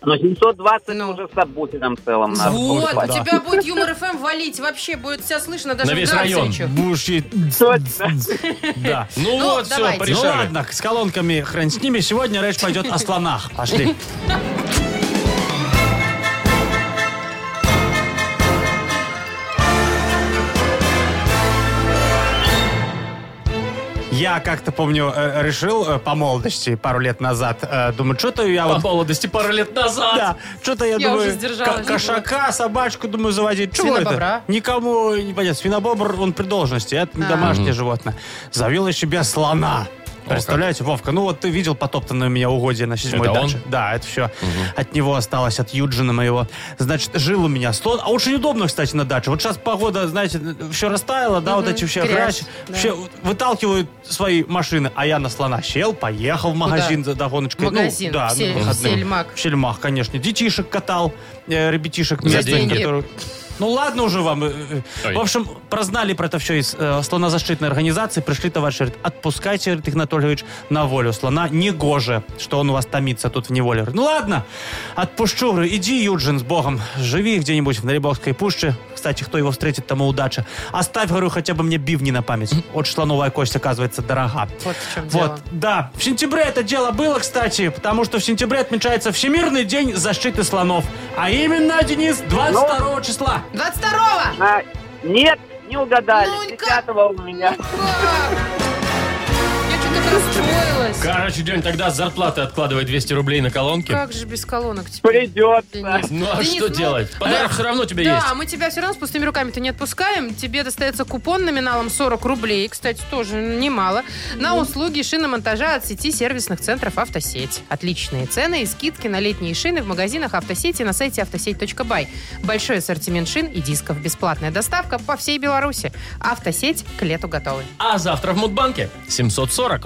E: Но 720
C: Ну.
E: уже с обутиком в целом. надо
C: вот,
E: покупать.
C: у тебя будет Юмор ФМ валить вообще, будет вся слышно даже
B: На
C: в
B: весь район.
C: Ганзовичах.
D: Будешь ей-
E: Точно.
D: Да.
B: Ну,
C: Ну,
B: вот, все,
C: давайте.
D: Ну
B: порешали.
D: ладно, с колонками хрен с ними. Сегодня речь пойдет о слонах. Пошли. Я как-то помню э, решил э, по молодости пару лет назад, э, думаю, что-то я
B: По
D: вот
B: молодости пару лет назад.
D: Да, что-то я,
C: Я
D: думаю,
C: уже сдержалась,
D: ко-
C: не
D: кошака, собачку, думаю, заводить. Чего
C: Свинобобра.
D: это? Никому не понятно. Свинобобр, он при должности, это не домашнее животное. Завел я себе слона. Представляете, Вовка, ну вот ты видел потоптанное у меня угодье на седьмой
B: Это он?
D: даче. Да, это все от него осталось, от Юджина моего. Значит, жил у меня слон. А очень удобно, кстати, на даче. Вот сейчас погода, знаете, все растаяло, да, вот эти все
C: грязь,
D: грязь.
C: да.
D: Вообще выталкивают свои машины, а я на слона сел, поехал в магазин за догоночкой.
C: В магазин,
D: ну, да,
C: в
D: на
C: сель- в
D: выходные.
C: сельмак.
D: В Шельмах, конечно. Детишек катал, э, ребятишек местных,
B: деньги.
D: которые- Ну ладно уже вам. э, э.
B: Ой.
D: В общем, прознали про это все из э, слонозащитной организации. Пришли товарищи, говорят, отпускайте, говорит, Игнатольевич, на волю. Слона негоже, что он у вас томится тут в неволе. Говорит, Ну ладно, отпущу. Говорю, иди, Юджин, с Богом. Живи где-нибудь в Нарибовской пуще. Кстати, кто его встретит, тому удача. Оставь, говорю, хотя бы мне бивни на память. Вот слоновая кость, оказывается, дорога.
C: Вот в чем дело.
D: Вот, да. В сентябре это дело было, кстати, потому что в сентябре отмечается Всемирный день защиты слонов. А именно, Денис, 22 числа.
C: 22-го!
E: А, нет, не угадали.
C: Нунька.
E: 10 у меня.
C: Я что-то расстроилась.
B: Короче, День, тогда с зарплаты откладывай 200 рублей на колонки.
C: Как же без колонок теперь?
E: Придется.
C: Денис.
B: Ну а
C: Денис,
B: что
C: ну,
B: делать? Подарок все равно у тебя
C: Да,
B: есть.
C: мы тебя все равно с пустыми руками-то не отпускаем. Тебе достается купон номиналом 40 рублей, кстати, тоже немало, на услуги шиномонтажа от сети сервисных центров «Автосеть». Отличные цены и скидки на летние шины в магазинах «Автосети» на сайте автосеть.бай. Большой ассортимент шин и дисков. Бесплатная доставка по всей Беларуси. «Автосеть» к лету готовы.
B: А завтра в Мудбанке 740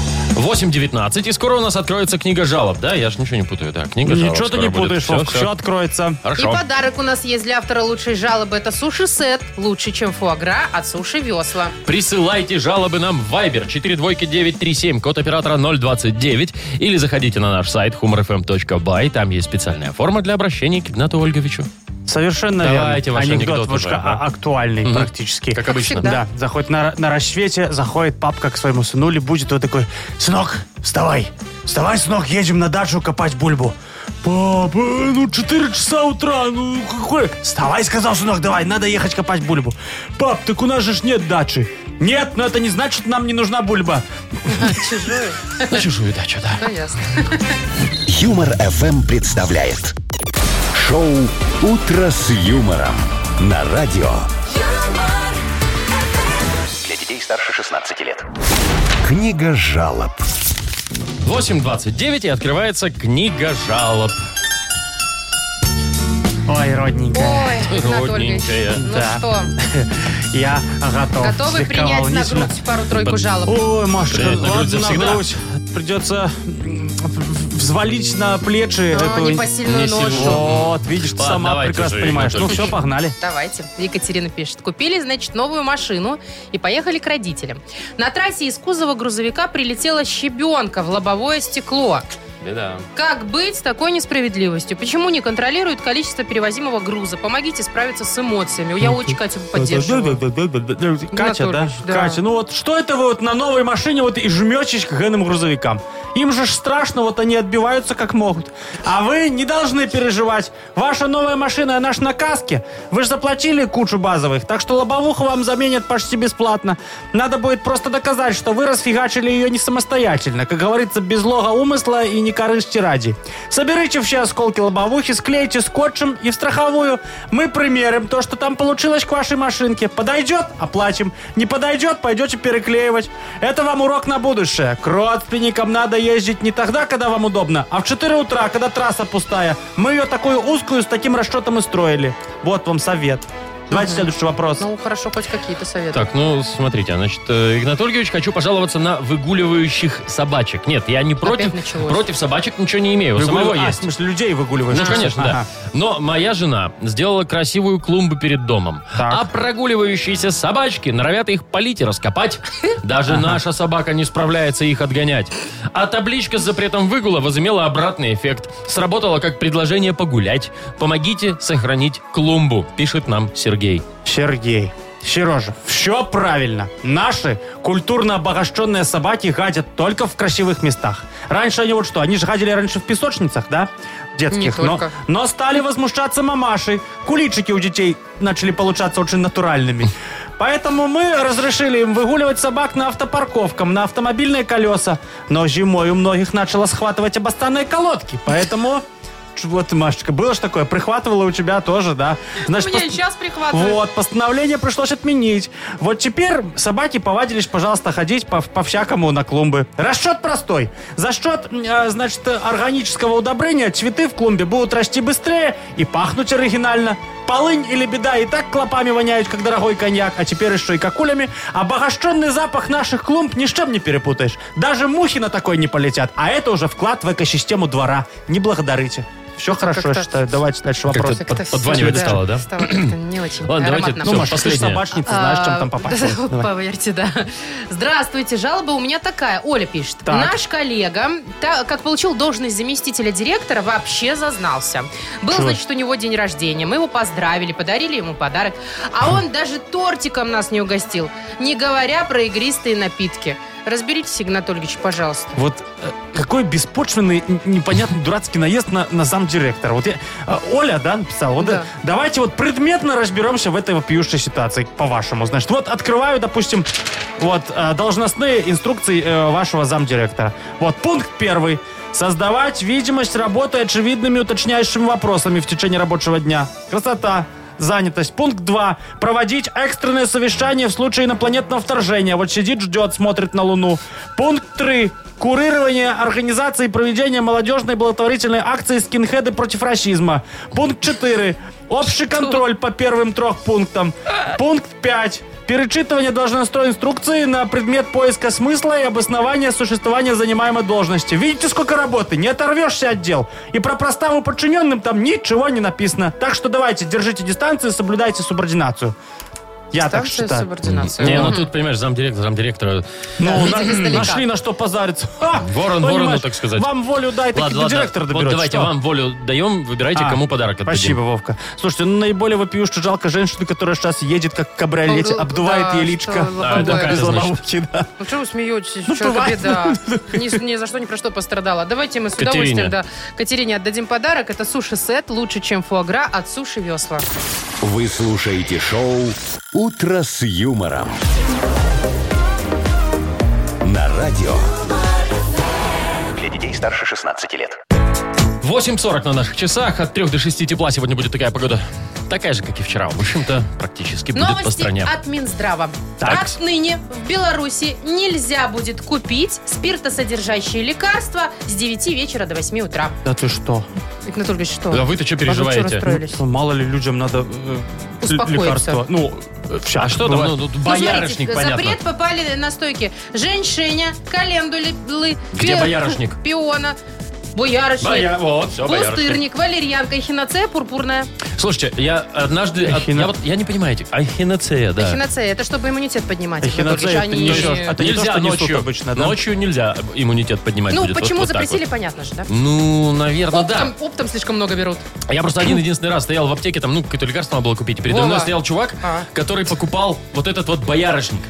B: 8.19. И скоро у нас откроется книга жалоб. Да, я же ничего не путаю. Да, книга жалоб.
D: Ничего ты не путаешь,
B: все,
D: Вовка, все откроется.
B: Хорошо.
C: И подарок у нас есть для автора лучшей жалобы. Это суши-сет. Лучше, чем фуагра от суши-весла.
B: Присылайте жалобы нам в Viber 42937, код оператора 029, или заходите на наш сайт humorfm.by, там есть специальная форма для обращения к Игнату Ольговичу.
D: Совершенно
B: Давайте
D: верно.
B: ваш анекдот
D: Анекдот, Вовка,
B: уже, ага.
D: а- актуальный
B: Мгм.
D: практически.
B: Как обычно.
C: всегда.
D: Да, заходит на, на рассвете, заходит папка к своему сыну, будет вот такой, сынок, вставай, вставай, сынок, едем на дачу копать бульбу. Папа, ну 4 часа утра, ну какой? Вставай, сказал сынок, давай, надо ехать копать бульбу. Пап, так у нас же ж нет дачи. Нет, но это не значит, нам не нужна бульба.
C: Чужое?
B: На чужую дачу, да.
C: Ну, ясно.
A: Юмор FM представляет шоу Утро с юмором на радио
G: юмор,
F: Для детей старше 16 лет.
A: Книга жалоб.
B: 8.29 и открывается книга жалоб.
D: Ой, родненькая.
C: Ой, Игнат Ольгович,
B: Родненькая.
C: ну
D: Да.
C: что,
D: Я готов.
C: готовы
D: Слегка
C: принять на
D: волнительно.
C: грудь пару-тройку жалоб?
D: Ой, Машечка,
B: Принять на грудь
D: ладно, на
B: завсегда.
D: грудь. Придется м, в- взвалить на плечи
C: Но
D: эту...
C: непосильную
B: не сильно.
C: Ну, ношу.
D: Вот, видишь, ты
B: Ладно,
D: сама
B: давайте
D: прекрасно
B: уже,
D: понимаешь.
B: Игнат
D: Ну все,
B: Ольгович.
D: погнали.
C: Давайте. Екатерина пишет. Купили, значит, новую машину и поехали к родителям. На трассе из кузова грузовика прилетела щебенка в лобовое стекло.
B: Беда.
C: Как быть с такой несправедливостью? Почему не контролируют количество перевозимого груза? Помогите справиться с эмоциями. Я очень Катю поддерживаю.
D: Катя, да?
C: Ольгович, да.
D: Катя, ну вот что это вы вот на новой машине вот и жметесь к генным грузовикам? Им же ж страшно, вот они отбиваются как могут. А вы не должны переживать. Ваша новая машина, она ж на каске. Вы же заплатили кучу базовых, так что лобовуху вам заменят почти бесплатно. Надо будет просто доказать, что вы расфигачили ее не самостоятельно. Как говорится, без лога умысла и не корысти ради. Соберите все осколки лобовухи, склейте скотчем и в страховую. Мы примерим то, что там получилось к вашей машинке. Подойдет – оплатим. Не подойдет – пойдете переклеивать. Это вам урок на будущее. К родственникам надо ездить не тогда, когда вам удобно, а в 4 утра, когда трасса пустая. Мы ее такую узкую с таким расчетом и строили. Вот вам совет. Давайте следующий вопрос.
C: Ну, хорошо, хоть какие-то советы.
B: Так, ну, смотрите, значит, э, Игнат Ольгович, хочу пожаловаться на выгуливающих собачек. Нет, я не против,
C: Опять началось.
B: против собачек ничего не имею. У
D: Выгуливаю-
B: самого
D: А,
B: есть.
D: в смысле, людей выгуливаешь?
B: Ну, конечно, да.
D: Ага.
B: Но моя жена сделала красивую клумбу перед домом.
D: Так.
B: А прогуливающиеся собачки норовят их полить и раскопать. Даже наша собака не справляется их отгонять. А табличка с запретом выгула возымела обратный эффект. Сработала как предложение погулять. Помогите сохранить клумбу, пишет нам Сергей.
D: Сергей. Сережа, все правильно. Наши культурно обогащенные собаки гадят только в красивых местах. Раньше они вот что, они же гадили раньше в песочницах, да? Детских.
C: Не
D: но,
C: только.
D: но стали возмущаться мамаши. Куличики у детей начали получаться очень натуральными. Поэтому мы разрешили им выгуливать собак на автопарковкам, на автомобильные колеса. Но зимой у многих начало схватывать обостанные колодки. Поэтому... Ч- Вот, Машечка, было же такое, прихватывало у тебя тоже, да?
C: У
D: Значит,
C: меня
D: пос-
C: и сейчас прихватывает.
D: вот, постановление пришлось отменить. Вот теперь собаки повадились, пожалуйста, ходить по, всякому на клумбы. Расчет простой. За счет, э, значит, э, органического удобрения цветы в клумбе будут расти быстрее и пахнуть оригинально. Полынь или беда и так клопами воняют, как дорогой коньяк, а теперь еще и какулями. Обогащенный запах наших клумб ни с чем не перепутаешь. Даже мухи на такой не полетят. А это уже вклад в экосистему двора. Не благодарите. Все хорошо, я
C: как-то-
D: считаю. Давайте дальше вопрос.
C: Как-то
B: под-
C: всё,
B: подванивать стало, да?
C: Стало как-то не очень
B: Ладно, давайте
C: ароматно.
B: всё,
D: Ну, Маша, ты же
B: последнее.
D: собачница, знаешь, чем
C: А,
D: там попасть.
C: да,
D: Давай.
C: Поверьте, да. Здравствуйте, жалоба у меня такая. Оля пишет.
D: Так.
C: Наш коллега, та- как получил должность заместителя директора, вообще зазнался. Был,
D: Чего?
C: значит, у него день рождения. Мы его поздравили, подарили ему подарок. А он даже тортиком нас не угостил, не говоря про игристые напитки. Разберитесь, Игнат Ольгович, пожалуйста.
D: Вот э, какой беспочвенный, н- непонятный дурацкий наезд на, на замдиректора. Вот я, э, Оля, да, написала, вот
C: Да.
D: э, давайте вот предметно разберемся в этой вопиющей ситуации, по-вашему. Значит, вот открываю, допустим, вот э, должностные инструкции э, вашего замдиректора. Вот пункт первый. Создавать видимость работы очевидными уточняющими вопросами в течение рабочего дня. Красота. Занятость. Пункт 2. Проводить экстренное совещание в случае инопланетного вторжения. Вот сидит, ждет, смотрит на Луну. Пункт 3. Курирование организации и проведения молодежной благотворительной акции «Скинхеды против расизма». Пункт 4. Общий контроль по первым трех пунктам. Пункт 5. Перечитывание должностной инструкции на предмет поиска смысла и обоснования существования занимаемой должности. Видите, сколько работы? Не оторвешься от дел. И про проставу подчиненным там ничего не написано. Так что давайте, держите дистанцию, соблюдайте субординацию. Я А так
C: Станция
D: считаю.
C: субординации.
B: Не, ну
C: Мгм.
B: тут, понимаешь, замдиректора, замдиректора.
D: Ну,
C: видели
D: на-
C: издалека.
D: нашли на что позариться. Ха!
B: Ворон
D: Понимаешь,
B: ворону, так сказать.
D: Вам волю дай, так и
B: Ладно,
D: до
B: ладно.
D: директора
B: Вот
D: доберете.
B: давайте
D: Что?
B: вам волю даем, выбирайте,
D: А,
B: кому подарок отдадим.
D: Спасибо, Вовка. Слушайте, ну наиболее вопиюще жалко женщину, которая сейчас едет как в кабриолете,
C: Угу,
D: обдувает
C: да,
D: ей
C: что вы
D: личко.
B: А, это
C: лобовое.
B: какая
D: Без
B: значит?
D: лобовухи, да.
C: Ну что вы смеетесь?
D: Ну,
C: У человека
D: бывает.
C: беда. Ни, ни за что, ни про что пострадала. Давайте мы с
B: Катерине.
C: удовольствием да, Катерине отдадим подарок. Это суши-сет лучше, чем фуагра от суши весла.
A: Вы слушаете шоу «Утро с юмором». На радио
F: Для детей старше 16 лет.
B: 8.40 на наших часах. От 3 до 6 тепла сегодня будет такая погода. Такая же, как и вчера. В общем-то, практически будет по
C: Новости
B: стране.
C: от Минздрава.
B: Так.
C: Отныне в Беларуси нельзя будет купить спиртосодержащие лекарства с 9 вечера до 8 утра.
D: Да ты что?
C: Игнатоль говорит, что?
B: Да вы-то что
C: А вы чё
B: переживаете?
C: расстроились?
D: Ну, мало ли людям надо э,
C: Успокоиться.
D: лекарства. Ну, э,
B: А
D: всяко
B: что там?
D: бывает.
B: Ну, тут
C: Ну, смотрите,
B: боярышник, понятно.
C: запрет попали на стойки. Женьшеня, календулы,
B: Где боярышник?
C: пиона, боярышник,
B: Боя- вот, всё, боярышник.
C: пластырник, валерьянка, эхиноцея, пурпурная.
B: Слушайте, я однажды... от-
D: Эхино-
B: я, вот, я не понимаю, эти- ахинацея, да.
C: Эхиноцея, это чтобы иммунитет поднимать.
D: Эхиноцея
C: Игнатольевич,
D: это не
C: они-
D: то, что- Это не
B: нельзя
D: то, что несут
B: ночью.
D: обычно, да?
B: Ночью нельзя иммунитет поднимать
C: Ну,
B: будет. Вот-
C: почему
B: вот так
C: запретили,
B: вот.
C: понятно же, да?
B: Ну, наверное, да.
C: Оптом, оптом слишком много берут.
B: А Я просто один единственный раз стоял в аптеке, там, ну, какое-то лекарство надо было купить. И передо
C: Вова.
B: мной стоял чувак,
C: А.
B: который покупал вот этот вот боярышник.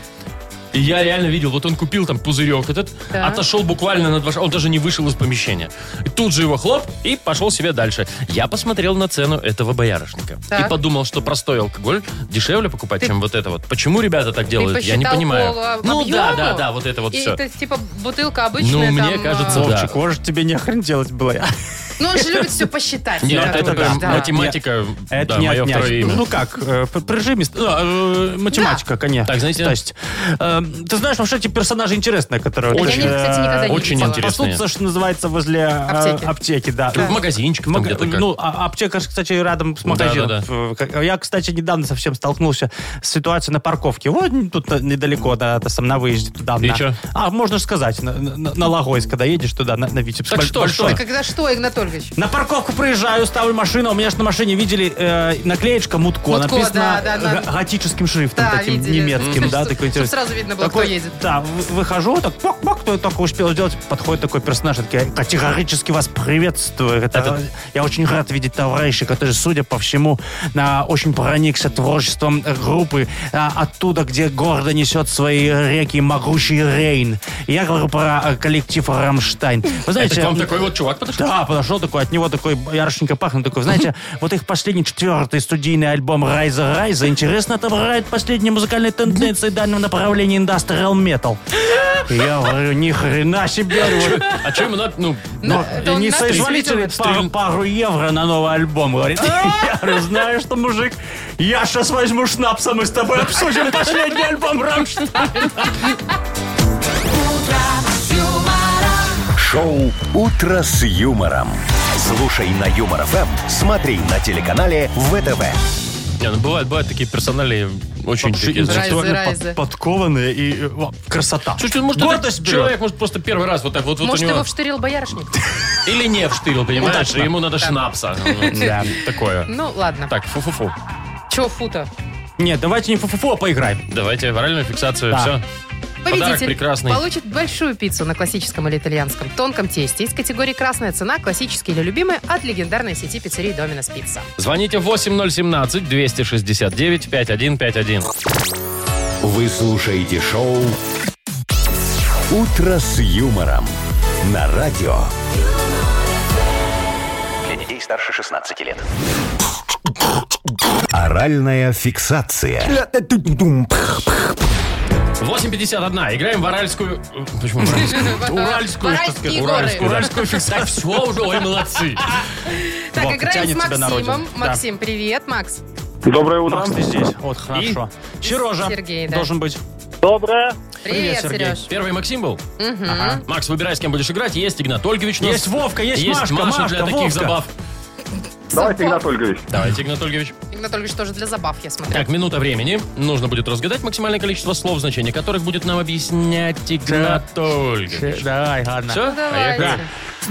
B: И я реально видел, вот он купил там пузырек этот,
C: Так.
B: отошел буквально на два шага, он даже не вышел из помещения. И тут же его хлоп и пошел себе дальше. Я посмотрел на цену этого боярышника.
C: Так.
B: И подумал, что простой алкоголь дешевле покупать, чем вот это вот. Почему ребята так делают, я не
C: посчитал
B: понимаю.
C: по, а,
B: ну да,
C: объему?
B: да, да, вот это вот
C: И
B: все.
C: это типа бутылка обычная.
B: Ну, мне
C: там,
B: кажется,
C: а,
B: да.
D: Вовчик, может, тебе не хрен делать было.
C: Ну, он же любит все посчитать.
B: Нет,
C: Игнат
B: это,
D: это
B: прям
C: Ольгович, да.
B: математика,
D: А Это
B: да,
D: не
B: мое
D: отнять.
B: второе имя.
D: Ну как, э, п- прижимист. Ну, э, математика, конечно.
B: Так, знаете-
D: То есть, э, ты знаешь, вообще эти персонажи интересные, которые...
C: Я
D: вот,
C: них,
B: Очень,
C: кстати, никогда не
B: очень
C: видела.
B: интересно.
D: Пасутся, что называется, возле э,
C: Аптеки.
D: аптеки, да.
B: В магазинчик там
D: Мага-
B: где-то как.
D: Ну, а- аптека, ж, кстати, рядом с магазином.
B: да,
D: Э, Я, кстати, недавно совсем столкнулся с ситуацией на парковке. Вот тут на- недалеко, да, это сам на выезде туда.
B: И
D: на-
B: чё?
D: А, можно же сказать, на, на- на Логойск, когда едешь туда, на, на Витебск.
B: Так
D: Боль-
B: что,
D: большой.
B: что?
C: Когда что, Игнатольевич?
D: На парковку проезжаю, ставлю машину. У меня же на машине видели э, наклеечка Мутко,
C: Мутко,
D: написано
C: да, да, да.
D: га- готическим шрифтом таким немецким, да,
C: Чтоб-
D: такой
C: чтоб
D: интересный.
C: сразу видно было, кто
D: Такой,
C: едет.
D: Да, вы- выхожу, так пок-пок, кто только успел сделать, подходит такой персонаж, так я категорически вас приветствую. Это- Я очень рад видеть товарища, который, судя по всему, на- очень проникся творчеством группы а, оттуда, где гордо несет свои реки могучий Рейн. Я говорю про э, коллектив Рамштайн. Вы
B: Это
D: знаете,
B: к вам такой вот чувак подошел?
D: да, подошел такой, от него такой яршенько пахнет, такой, знаете, вот их последний четвертый студийный альбом Райза Райза интересно отображает последние музыкальные тенденции данного направления индастриал метал. Я говорю, ни хрена себе. говорю.
B: А что ему надо? Ну,
D: Но
C: это он
D: не
C: нас
D: соизволите ли
C: переследует?
D: пару, пару евро на новый альбом, говорит. Я говорю, знаю, что, мужик, я сейчас возьму шнапса, мы с тобой обсудим последний альбом Рамштайн.
A: Шоу «Утро с юмором». Слушай на Юмор ФМ, смотри на телеканале ВТВ.
B: не, ну бывают, бывают такие персонали очень такие.
C: Райзе,
D: интеллектуально
C: райзе.
D: под- подкованные и э, во, красота.
B: Слушайте, ну, может,
D: Гордость
B: этот
D: берет.
B: человек может просто первый раз вот так вот, вот
C: Может,
B: у него...
C: его вштырил боярышник?
B: Или не
D: Ну,
B: вштырил, понимаешь? И ему надо шнапса. Ну, Вот
D: Да.
B: Такое.
C: Ну, ладно.
B: Так, фу-фу-фу.
C: Чего фута?
D: Нет, давайте не фу-фу-фу, а поиграем.
B: Давайте в оральную фиксацию.
D: Да.
B: Все. Подарок
C: Победитель
B: прекрасный.
C: получит большую пиццу на классическом или итальянском тонком тесте из категории «Красная цена», «Классический» или «Любимый» от легендарной сети пиццерий «Доминос Пицца».
B: Звоните 8017-269-5151.
A: Вы слушаете шоу «Утро с юмором» на радио.
F: Для детей старше 16 лет.
A: Оральная фиксация.
B: 8.51. Играем в оральскую... э, Почему в оральскую? Уральскую, что сказать?
C: Уральские горы.
B: Уральскую, уральскую фиксацию. Все уже, ой, молодцы.
C: Так,
D: Вов,
C: играем с
D: тянет тебя на
C: Максимом.
D: родину. Да.
C: Максим, привет, Макс.
E: Доброе утро.
D: Макс, ты здесь. Вот, хорошо. Сережа
C: Сергей, да.
D: должен быть.
E: Доброе.
C: Привет,
D: Сергей.
C: Сереж.
B: Первый Максим был?
D: Ага.
B: Макс, выбирай, с кем будешь играть. Есть Игнат Ольгович. у нас.
D: Есть Вовка, Ну, есть Машка,
B: Маша
D: Машка,
B: для таких
D: Вовка.
B: забав.
E: Давайте, Игнат Ольгович.
B: Давайте, Игнат Ольгович.
C: Игнатольевич тоже для забав, я смотрю.
B: Так, минута времени. Нужно будет разгадать максимальное количество слов, значение которых будет нам объяснять Игнат Ольгович. А
D: Давай, ладно.
B: Все?
C: Давайте.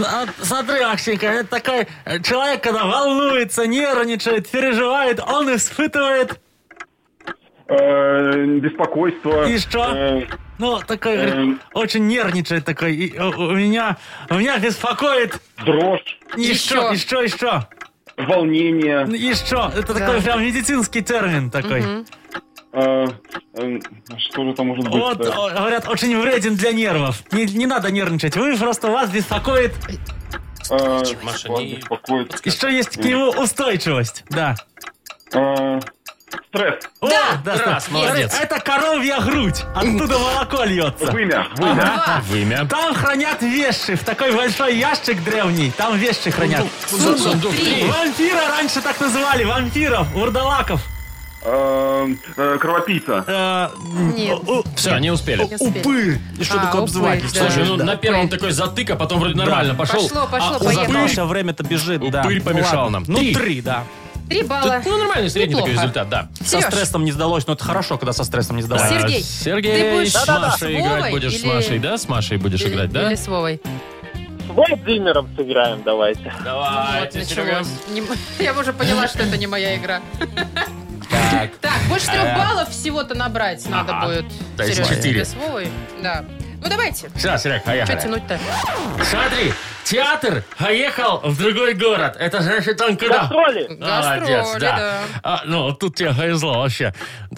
D: А, Смотри, Максимка, это такой э, человек, когда волнуется, нервничает, переживает, он испытывает,
E: Э, Беспокойство.
D: И что?
E: Э,
D: ну, такой, говорит,
E: Эм.
D: очень нервничает такой. И, э, у меня, у меня беспокоит
E: Дрожь,
D: еще,
C: Еще.
D: еще, еще,
E: волнение.
D: еще. Ну, Это такой прям медицинский термин такой.
E: Э, э, Что же там может быть? э,
D: Вот, о, говорят, очень вреден для нервов. Не, не надо нервничать. Вы просто вас беспокоит.
E: Э,
B: Маша,
E: вас
B: не-
E: беспокоит.
D: Еще есть к нему устойчивость. Да.
E: Э, Стресс.
C: Да.
B: Раз, молодец.
D: Это коровья грудь. Оттуда молоко льется.
E: Вымя. Вымя.
C: Два.
B: Вымя.
D: Там хранят вещи. В такой большой ящик древний. Там вещи хранят.
B: Сундук, сундук, три.
D: Вампира раньше так называли. Вампиров, урдалаков.
E: Эм, э, Кровопийца.
D: Э,
C: Нет.
D: у-
B: Все, не успели.
C: Не успели.
D: Упырь. И Что
C: А,
D: такое обзывательство?
C: упырь, да.
B: Слушай, ну
D: Да.
B: на первом такой затык, а потом вроде нормально пошел.
C: Пошло, пошло,
B: а
C: поехало.
B: упырь-
D: Все время-то бежит, да.
B: Упырь помешал
D: Ладно.
B: нам.
D: Ну,
B: Три.
D: три, да.
C: Три балла.
B: Ну, нормальный средний такой
C: Неплохо.
B: результат, да.
D: Со
C: Серёж.
D: стрессом не сдалось, но это хорошо, когда со стрессом не сдалось.
C: Серёж, Сергей,
B: А, Сергей,
C: ты будешь
B: с
C: Да-да-да. с
B: Машей играть
C: Вовой
B: будешь с
C: или-
B: Машей, да? С Машей будешь
C: Или-
B: играть, да?
C: Или с Вовой.
G: Владимиром сыграем давайте.
C: Вот,
B: Давайте, Серега.
C: началось. Не м- Я уже поняла, что это не моя игра.
B: Так.
C: Так, больше трех баллов всего-то набрать надо
B: Э. Ага.
C: будет.
B: То есть
C: Сережа,
B: четыре. Э.
C: тебе с Вовой. Да. Ну давайте.
B: Все, Серег,
C: Что
B: поехали.
C: тянуть-то?
B: Смотри, театр поехал в другой город. Это значит, он куда?
G: Гастроли.
B: Молодец,
C: Гастроли,
B: да.
C: да.
B: А, ну, тут тебе повезло вообще.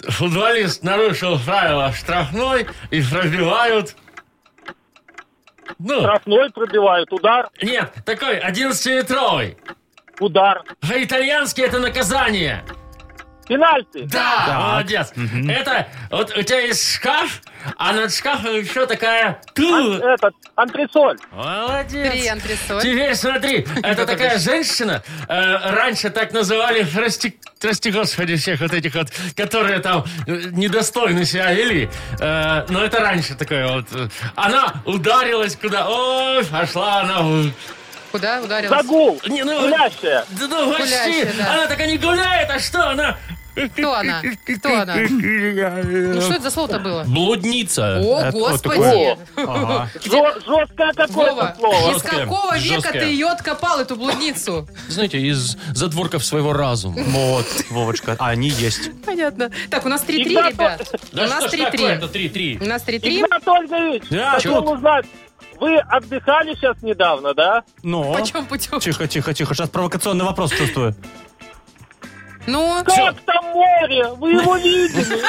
B: Футболист нарушил правила штрафной и пробивают... Ну,
G: Штрафной пробивают. Удар.
B: нет, такой 11-метровый.
G: Удар.
B: По-итальянски это наказание.
G: Пенальти.
B: Да, молодец. Это вот у тебя есть шкаф, а над шкафом еще
G: Ан-
B: такая...
C: А-
B: ту.
G: Этот, антресоль.
C: Три
B: Молодец.
C: антресоль.
B: Теперь смотри, это такая женщина, э, раньше так называли, прости, прости господи, всех вот этих вот, которые там э, недостойно себя вели, э, но это раньше такое вот. э, Она ударилась куда, ой, пошла она в-
C: Куда ударилась?
G: Загул.
B: Не, ну,
G: Гулящая.
B: Да ну почти,
C: Гулящая, да.
B: она такая не гуляет, а что она?
C: Кто она? Кто она? Ну что это за слово-то было?
B: Блудница. Э,
C: О,
D: Это вот
C: господи!
D: такое. Ага.
G: Жё- Жесткое какое-то
C: Вова,
G: слово.
C: из
B: Жесткое,
C: какого века
B: жесткое.
C: ты ее откопал, эту блудницу?
B: Знаете, из задворков своего разума.
D: Вот, Вовочка, а они есть.
C: Понятно. Так, у нас 3-3,
G: Игнат-
C: ребят. У нас 3-3. У
B: 3-3.
C: нас 3-3.
G: Игнат Ольгович,
D: Да,
G: хотел
D: чё?
G: узнать, вы отдыхали сейчас недавно, да?
D: Но...
C: Почем путем?
D: Тихо, тихо, тихо. Сейчас провокационный вопрос чувствую.
C: Ну,
G: Как там море? Вы его видели?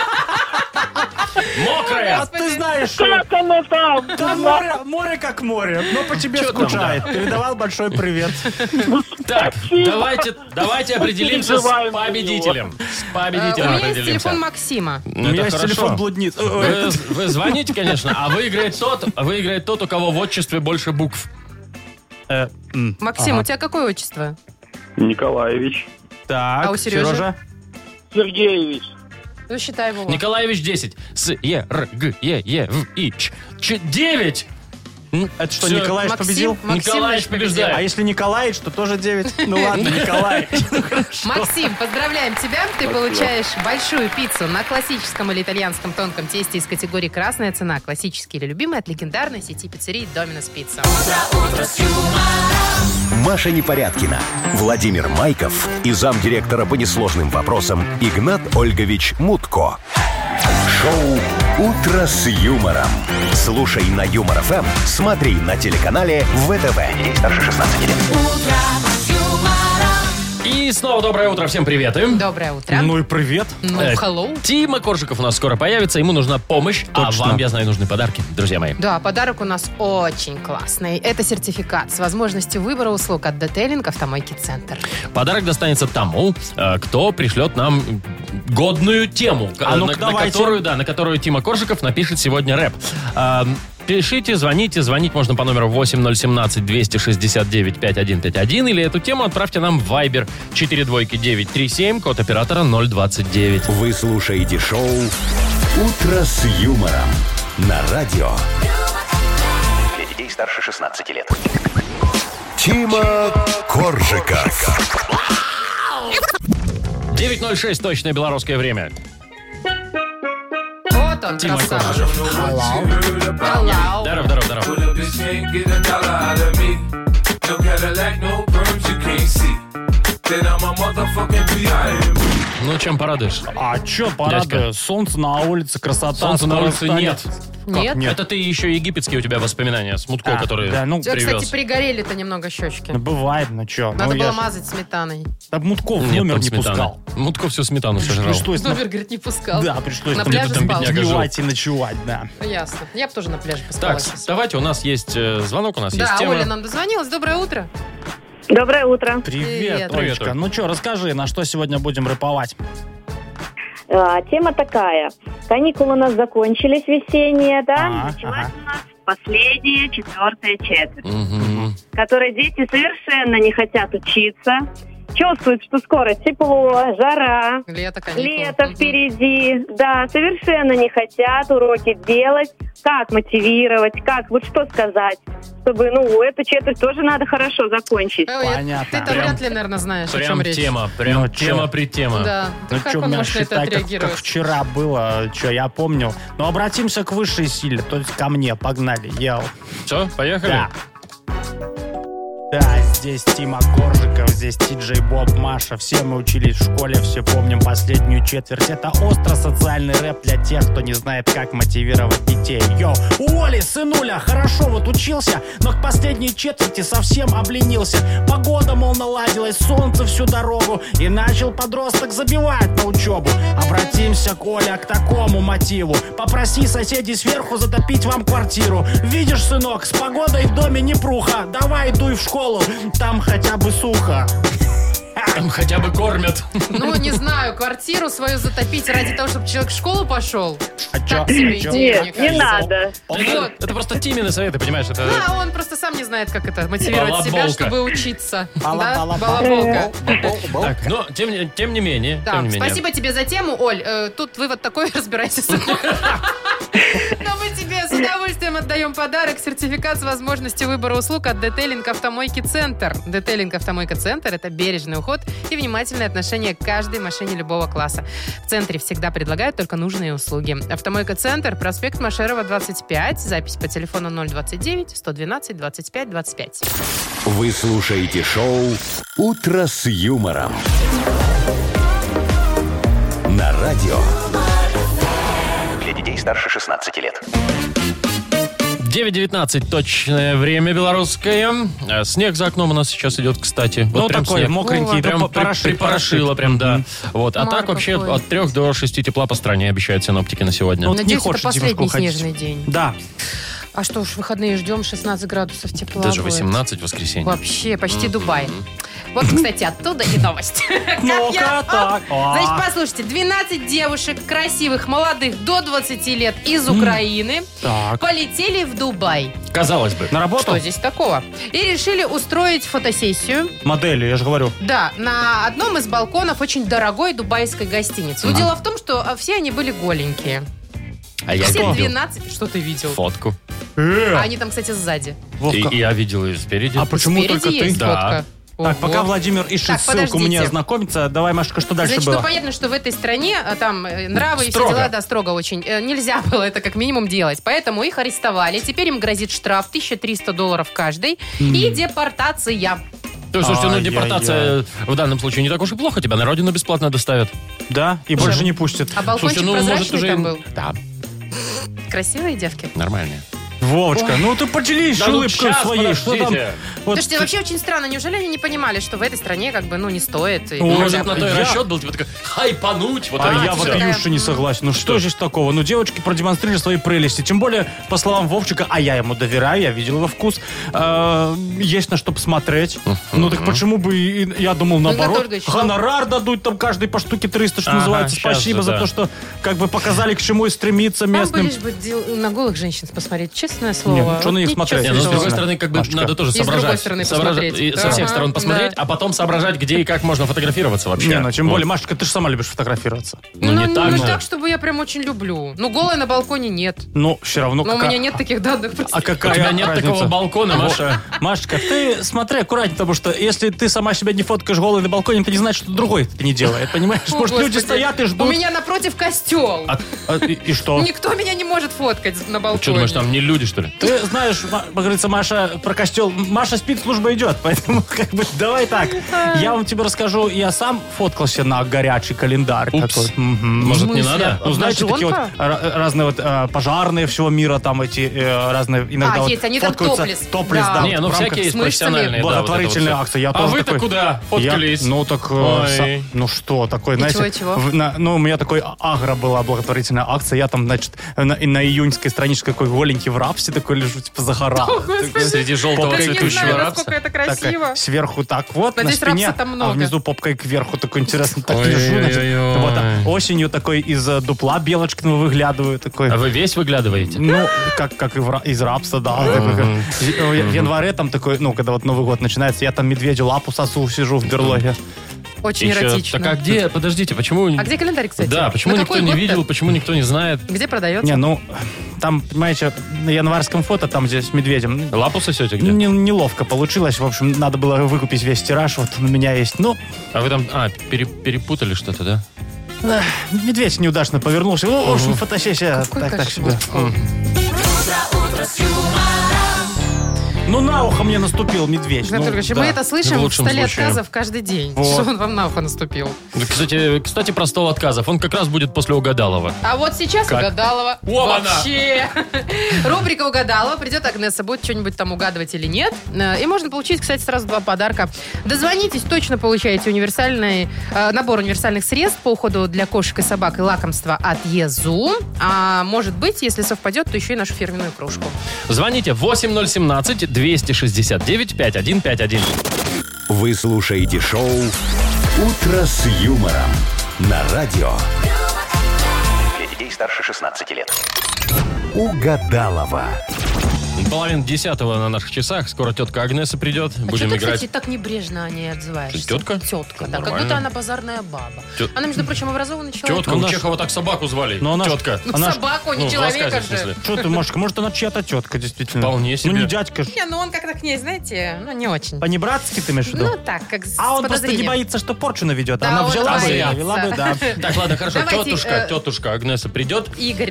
B: Мокрая.
D: А ты знаешь,
G: Как оно там?
D: там море, море как море, но по тебе
B: Чё там,
D: скучает. Передавал большой привет.
B: Так, давайте, давайте определимся с
G: Переживаем за
B: победителем. С
C: э, у
B: победителем
C: меня есть
B: определимся.
C: телефон Максима.
B: Ну,
D: У
B: это
D: меня есть
B: хорошо.
D: телефон блудниц. Э, э,
B: Вы, вы звоните, конечно, а выиграет тот, выиграет тот, у кого в отчестве больше букв.
D: э, м,
C: Максим,
D: ага.
C: у тебя какое отчество?
E: Николаевич.
D: Так,
C: А у Серёжи?
D: Сережа?
G: Сергеевич.
C: Ну, считай его.
B: Николаевич 10. С, Е, Р, Г, Е, Е, В, И, Ч. Ч 9!
D: Это что,
B: Всё,
D: Николаевич
C: Максим,
D: победил?
C: Максим
B: Николаевич
C: наш победил.
B: побеждает.
D: А если Николаевич, то тоже 9. Ну ладно, Николаевич.
C: Максим, поздравляем тебя. Ты получаешь большую пиццу на классическом или итальянском тонком тесте из категории «Красная цена». Классический или любимый от легендарной сети пиццерий «Доминос Пицца».
A: Маша Непорядкина, Владимир Майков и замдиректора по несложным вопросам Игнат Ольгович Мутко. Шоу «Утро с юмором». Слушай на Юмор ФМ, смотри на телеканале ВТВ. Здесь старше 16 лет.
B: И снова доброе утро, всем привет. им.
C: Доброе утро.
D: Ну и привет.
C: Ну,
B: Э,
C: hello.
B: Тима Коржиков у нас скоро появится, ему нужна помощь, а
D: Точно.
B: вам, я знаю, нужны подарки, друзья мои.
C: Да, подарок у нас очень классный. Это сертификат с возможностью выбора услуг от детейлинг «Автомойки Центр».
B: Подарок достанется тому, э, кто пришлет нам годную тему, к-
D: А ну-ка,
B: на, на
D: давайте.
B: которую, да, на которую Тима Коржиков напишет сегодня рэп. Э, Пишите, звоните. Звонить можно по номеру 8017-269-5151 или эту тему отправьте нам в Viber 42937, код оператора 029.
A: Вы слушаете шоу «Утро с юмором» на радио.
F: Для детей старше 16 лет.
A: Тима Коржика.
B: 9.06, точное белорусское время.
C: Вот он,
B: Тима
C: красава. Hello.
B: Здорово, здорово, здорово.
I: Pull up his chain, get a dollar out of me. No Cadillac, no perms, you can't see. Then I'm a motherfucking B.I.M.
B: Ну, чем порадуешь?
D: А чё, порадую? Солнце на улице, красота.
B: Солнца на
D: скоро
B: улице
D: встанет.
B: нет.
C: Нет?
D: Нет.
B: Это ты еще египетские у тебя воспоминания с Мутко,
D: А,
B: которые
D: да, ну,
C: У тебя,
B: привез.
C: кстати, пригорели-то немного щечки.
D: Ну, Бывает, ну чё.
C: Надо
D: ну,
C: было
D: я ж-
C: мазать сметаной.
D: Да Мутков
B: Нет,
D: номер
B: там
D: не
B: сметана.
D: пускал.
B: Мутко всю сметану сожрал.
D: Ну, что, если на-
C: Зубер, говорит, не пускал.
D: Да, пришлось
C: Ну, На
D: там
C: пляже
D: где-то там
C: спал.
B: бедняга.
D: Сбивать и ночевать, да.
C: Ну, Ясно. Я бы тоже на пляже
B: Так,
C: поспала сейчас.
B: давайте, у нас есть э, звонок, у нас
C: Да,
B: есть тема.
C: Оля ну, нам дозвонилась. Доброе утро.
H: Доброе утро.
D: Привет,
C: Привет.
D: Олечка. Ну что, расскажи, на что сегодня будем рэповать?
J: А, Тема такая. Каникулы у нас закончились весенние, да?
D: А,
J: Началась
D: ага.
J: у нас последняя четвертая четверть,
D: ну,
B: Мгм.
J: в которой дети совершенно не хотят учиться, чувствуют, что скоро тепло, жара,
C: Лето, каникулы.
J: лето
C: Мгм.
J: впереди, да, совершенно не хотят уроки делать, как мотивировать, как, вот что сказать, чтобы, ну, эту четверть тоже надо хорошо закончить.
C: Ой, я-
D: Понятно.
C: Ты-то
B: Прям-
C: вряд ли, наверное, знаешь, о чем
B: Прям
C: речь.
B: тема, прям
D: Ну, чё?
B: тема при тема.
C: Да.
D: Ну
C: Ты как
D: что,
C: он
D: меня
C: может на это
D: считай, как, как
C: отреагировать?
D: вчера было, что я помнил. Но обратимся к высшей силе, то есть ко мне, погнали, ел.
B: Все, поехали?
D: Да. Да, здесь Тима Коржиков, здесь Ти-Джей Боб, Маша. Все мы учились в школе, все помним последнюю четверть. Это остро социальный рэп для тех, кто не знает, как мотивировать детей. Йоу, Уоли, сынуля, хорошо вот учился, но к последней четверти совсем обленился. Погода, мол, наладилась, солнце всю дорогу, и начал подросток забивать на учебу. Обратимся, Коля, к такому мотиву. Попроси соседей сверху затопить вам квартиру. Видишь, сынок, с погодой в доме не пруха. Давай дуй в школу, там хотя бы сухо.
B: Там хотя бы кормят.
C: Ну, не знаю, квартиру свою затопить ради того, чтобы человек в школу пошел.
D: А
C: Так себе идея, мне
J: Нет, не
C: кажется.
J: надо.
B: Это, это просто Тимины советы, понимаешь? Это...
C: Да, он просто сам не знает, как это мотивировать себя,
B: Балаболка.
C: чтобы учиться. Да?
D: Бала-бала-ба.
C: Балаболка.
B: Так, но тем, не- тем не менее.
C: Да,
B: тем не менее.
C: спасибо тебе за тему, Оль. Э, тут вывод такой, разбирайся сам. Но мы тебе с удовольствием отдаем подарок, сертификат с возможностью выбора услуг от Детейлинг Автомойки Центр. Детейлинг Автомойка Центр – это бережный уход и внимательное отношение к каждой машине любого класса. В центре всегда предлагают только нужные услуги. Автомойка Центр, проспект Машерова, 25, запись по телефону 029-112-25-25.
A: Вы слушаете шоу «Утро с юмором». На радио
F: Для детей старше 16 лет.
B: 9.19 точное время белорусское. Э, Снег за окном у нас сейчас идет, кстати. Вот
D: Ну,
B: прям
D: такой
B: снег.
D: мокренький,
B: Прям
D: прям
B: при-
D: порошит,
B: припорошило, прям, да. Вот. А
C: Кошмар
B: так вообще
C: какой.
B: от 3 до 6 тепла по стране обещают синоптики на сегодня.
D: Ну, Вот не
C: Надеюсь, это
D: хочется тебе в школу
C: последний
D: ходить.
C: снежный день.
D: Да,
C: А что ж, выходные ждем, 16 градусов тепла
B: Даже
C: будет.
B: 18 в воскресенье.
C: Вообще, почти Дубай. Вот, кстати, оттуда и новость. Как я-
D: ну-ка так. А.
C: Значит, послушайте, 12 девушек, красивых, молодых, до 20 лет, из Украины,
D: Так.
C: полетели в Дубай.
B: Казалось бы.
D: На работу?
C: Что здесь такого? И решили устроить фотосессию,
D: Модели, я же говорю.
C: да, на одном из балконов очень дорогой дубайской гостиницы. Но дело в том, что а, все они были голенькие.
B: А я
C: Все
B: видел
C: 12... Что ты видел?
B: фотку.
C: А
D: Э,
C: Они там, кстати, сзади.
B: И,
D: Вовка.
B: и я видел ее спереди.
D: А почему
C: Спереди
D: только ты?
C: есть
B: Да.
C: фотка.
D: Так, пока
C: Ого.
D: Владимир ищет
C: Так,
D: ссылку
C: подождите.
D: мне ознакомиться, давай, Машка, что дальше
C: Значит, ну
D: было?
C: понятно, что в этой стране а, там э, нравы и все
B: Строго.
C: дела, да, строго очень. Э, Нельзя было это как минимум делать. Поэтому их арестовали. Теперь им грозит штраф 1300 долларов каждый и депортация.
B: То есть, слушайте, ну
D: Ай-яй-яй.
B: депортация в данном случае не так уж и плохо. Тебя на родину бесплатно доставят.
D: Да, и больше не пустит.
C: А балкончик
B: Слушайте, ну может
C: прозрачный
B: уже...
C: там
B: и-
C: был.
B: Да,
C: Красивые девки.
B: нормально.
D: Вовочка, ну ты поделись
B: Да ну
D: улыбкой
B: щас,
D: своей. Что там?
B: подождите.
D: Вот
C: Слушайте, вообще очень странно. Неужели они не понимали, что в этой стране как бы, ну, не стоит? И-
D: Ну,
C: Ну,
B: Может,
D: я-
B: на то и
D: я-
B: расчет был, типа такой, хайпануть, вот
D: А
B: это
D: я
B: всё.
D: вот
C: такая,
D: Юша не согласен. Ну что же такого? Ну девочки продемонстрировали свои прелести. Тем более, по словам Вовчика, а я ему доверяю, я видел его вкус. э, Есть на что посмотреть. Ну так почему бы, и- и- я думал, наоборот,
C: Ольгович, ну-
D: гонорар дадут там каждой по штуке 300, что
B: Ага,
D: называется.
B: щас
D: Спасибо
B: же,
D: за
B: да.
D: то, что как бы показали, к чему и стремиться
C: Там бы
D: местным.
C: лишь бы дел- на голых женщин посмотреть, честное слово.
D: Не, ну, что на них
C: Вот ничего
D: смотреть?
B: Не, ну, с
C: святого.
B: другой
D: Естественно.
B: стороны, как бы
D: Машечка.
B: надо тоже
C: И с другой
B: соображать.
C: стороны
B: Соображать
C: посмотреть.
B: И со
C: Ага,
B: всех сторон посмотреть,
C: да.
B: а потом соображать, где и как можно фотографироваться вообще.
D: Не, ну тем
B: Вот.
D: более, Машечка, ты же сама любишь фотографироваться.
B: Ну,
C: Ну,
B: не так
C: ну,
B: же.
C: так, чтобы я прям очень люблю. Ну, голая на балконе нет.
D: Ну, все равно
C: Но у
D: какая-
C: меня нет таких данных.
D: А
C: простите.
D: какая
B: У тебя нет
D: разница?
B: такого балкона, Маша.
D: Во. Машка, ты смотри аккуратнее, потому что если ты сама себя не фоткаешь голой на балконе, ты не знаешь, что другой это не делает, понимаешь?
C: О,
D: Может, люди
C: Господи.
D: стоят и
C: У
D: ждут.
C: меня напротив костел.
D: А- а, и, и что?
C: Никто меня не может фоткать на балконе.
B: Что, Ну, думаешь, там не люди, что ли?
D: Ты знаешь, Ма- как говорится, Маша про костел. Маша спит, служба идет, поэтому как бы давай так. Я вам тебе расскажу, я сам фоткался на горячий календарь.
B: Упс.
D: такой. Мгм.
B: Может, не
C: смысле?
B: надо?
D: Ну, знаете, такие вот
C: Жонка?
D: ра- разные вот э, пожарные всего мира, там эти э, разные иногда
C: А,
D: вот
C: есть, они там
D: фоткаются.
C: топлес.
D: Топлес,
C: Да.
D: да.
B: Не,
D: вот
B: ну
D: А в рамках
B: всякие есть
C: с мышцами.
B: профессиональные. Э, да, вот это вот
D: благотворительная
B: всё.
D: акция. Я
B: а
D: тоже
B: вы-то
D: такой-
B: куда фоткались?
D: Я- ну так, э,
B: Ой.
D: са- ну что, такой,
C: И
D: знаете,
C: чего, и чего?
D: в- на- ну у меня такой агро была благотворительная акция, я там, значит, на, и на июньской страничке такой голенький в рапсе такой лежу, типа загорал.
B: Среди желтого
D: Попкой
C: Я не
B: цветущего
C: знаю,
B: рапса.
C: насколько это красиво.
D: Такая, сверху так вот,
C: Надеюсь,
D: на спине,
C: рапса там много.
D: а внизу попкой кверху такой интересно так
B: Ой-ой-ой.
D: лежу. значит, вот, а осенью такой из э, дупла белочкиного выглядываю. Такой,
B: А вы весь выглядываете?
D: ну, как, как и в ра- из рапса, да. такой, как- Э, В январе там такой, ну, когда вот Новый год начинается, я там медведю лапу сосу, сижу в берлоге.
C: Очень
B: Еще-
C: эротично.
B: Так а где? Подождите, почему...
C: А где календарь, кстати?
B: Да, почему
C: На
B: никто
C: какой
B: не
C: год-то?
B: видел, почему никто не знает?
C: Где продается?
D: Не, ну, там, понимаете, на январском фото, там, где с медведем, ну,
B: Лапу сосете где?
D: не- неловко получилось. В общем, надо было выкупить весь тираж, вот он у меня есть. Ну,
B: А вы там, а, пере- перепутали что-то, да?
D: эх, э, медведь неудачно повернулся. Ну, в общем, фотосессия
C: Какой
D: так, так
C: кошмар.
D: себе. Ну, на ухо мне наступил медведь.
C: Александр
D: ну,
C: Анатольевич, а
D: да.
C: мы это слышим
B: В
C: в,
B: лучшем
C: столе
B: случае.
C: отказов каждый день.
D: Вот.
C: Что он вам на ухо наступил?
B: Да, Кстати, кстати, про стол отказов. Он как раз будет после Угадалова.
C: А вот сейчас
B: Как?
C: угадалова.
B: О, она!
C: Вообще. Рубрика угадалова. Придет Агнеса, будет что-нибудь там угадывать или нет. Э, И можно получить, кстати, сразу два подарка. Дозвонитесь, точно получаете универсальный э, набор универсальных средств по уходу для кошек и собак и лакомства от ЕЗУ. А может быть, если совпадет, то еще и нашу фирменную кружку.
B: Звоните 8017-269-5151.
A: Вы слушаете шоу «Утро с юмором» на радио
F: Для детей старше 16 лет.
A: Угадалова.
B: Половина десятого на наших часах. Скоро тетка Агнеса придет.
C: а
B: Будем
C: что
B: играть.
C: ты, кстати, так небрежно о ней отзываешься?
B: Тетка?
C: Тетка, да. Как
B: Нормально.
C: будто она базарная баба.
B: Тет-
C: Она, между прочим, образованный человек.
B: Тетка, у
D: Она ж-
B: Чехова так собаку звали.
D: Но она ж-
B: Тетка.
C: Ну,
D: Она ж-
C: собаку, не
B: Ну, в
C: человека
B: ласказе, в
C: же.
B: смысле.
D: Что ты, Машка, может, она чья-то тетка, действительно.
B: Вполне себе.
D: Ну, не дядька же.
C: Не, ну он как-то к ней, знаете, ну не очень.
D: По-небратски ты имеешь в виду?
C: Ну так, как с
D: а он просто не
C: подозрением.
D: боится, что порчу наведет.
C: Да,
D: она
C: он
D: взяла бы,
C: боится.
D: навела бы, да.
B: Так, ладно, хорошо.
C: Давайте,
B: тетушка,
C: э,
B: тетушка Агнеса придет.
C: Игорь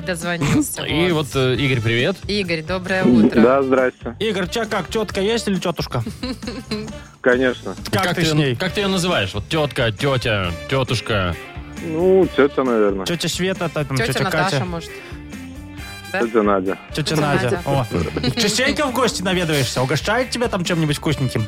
C: дозвонился.
B: И вот, э, Игорь, привет.
C: Игорь, доброе утро.
G: здрасте.
D: Игорь, тебя как, тетка есть или тетушка?
G: Конечно.
D: Как, ты, с ней?
B: Как ты ее называешь? Вот тетка, тетя, тетушка.
G: Ну, тетя, наверное.
D: Тетя Света, та- там,
C: Тетя,
D: тетя
C: Наташа,
D: Катя,
C: может.
E: Тетя Надя.
D: тетя
C: Тетя
D: Надя.
C: Надя.
D: О. Частенько в гости наведываешься? Угощает тебя там чем-нибудь вкусненьким?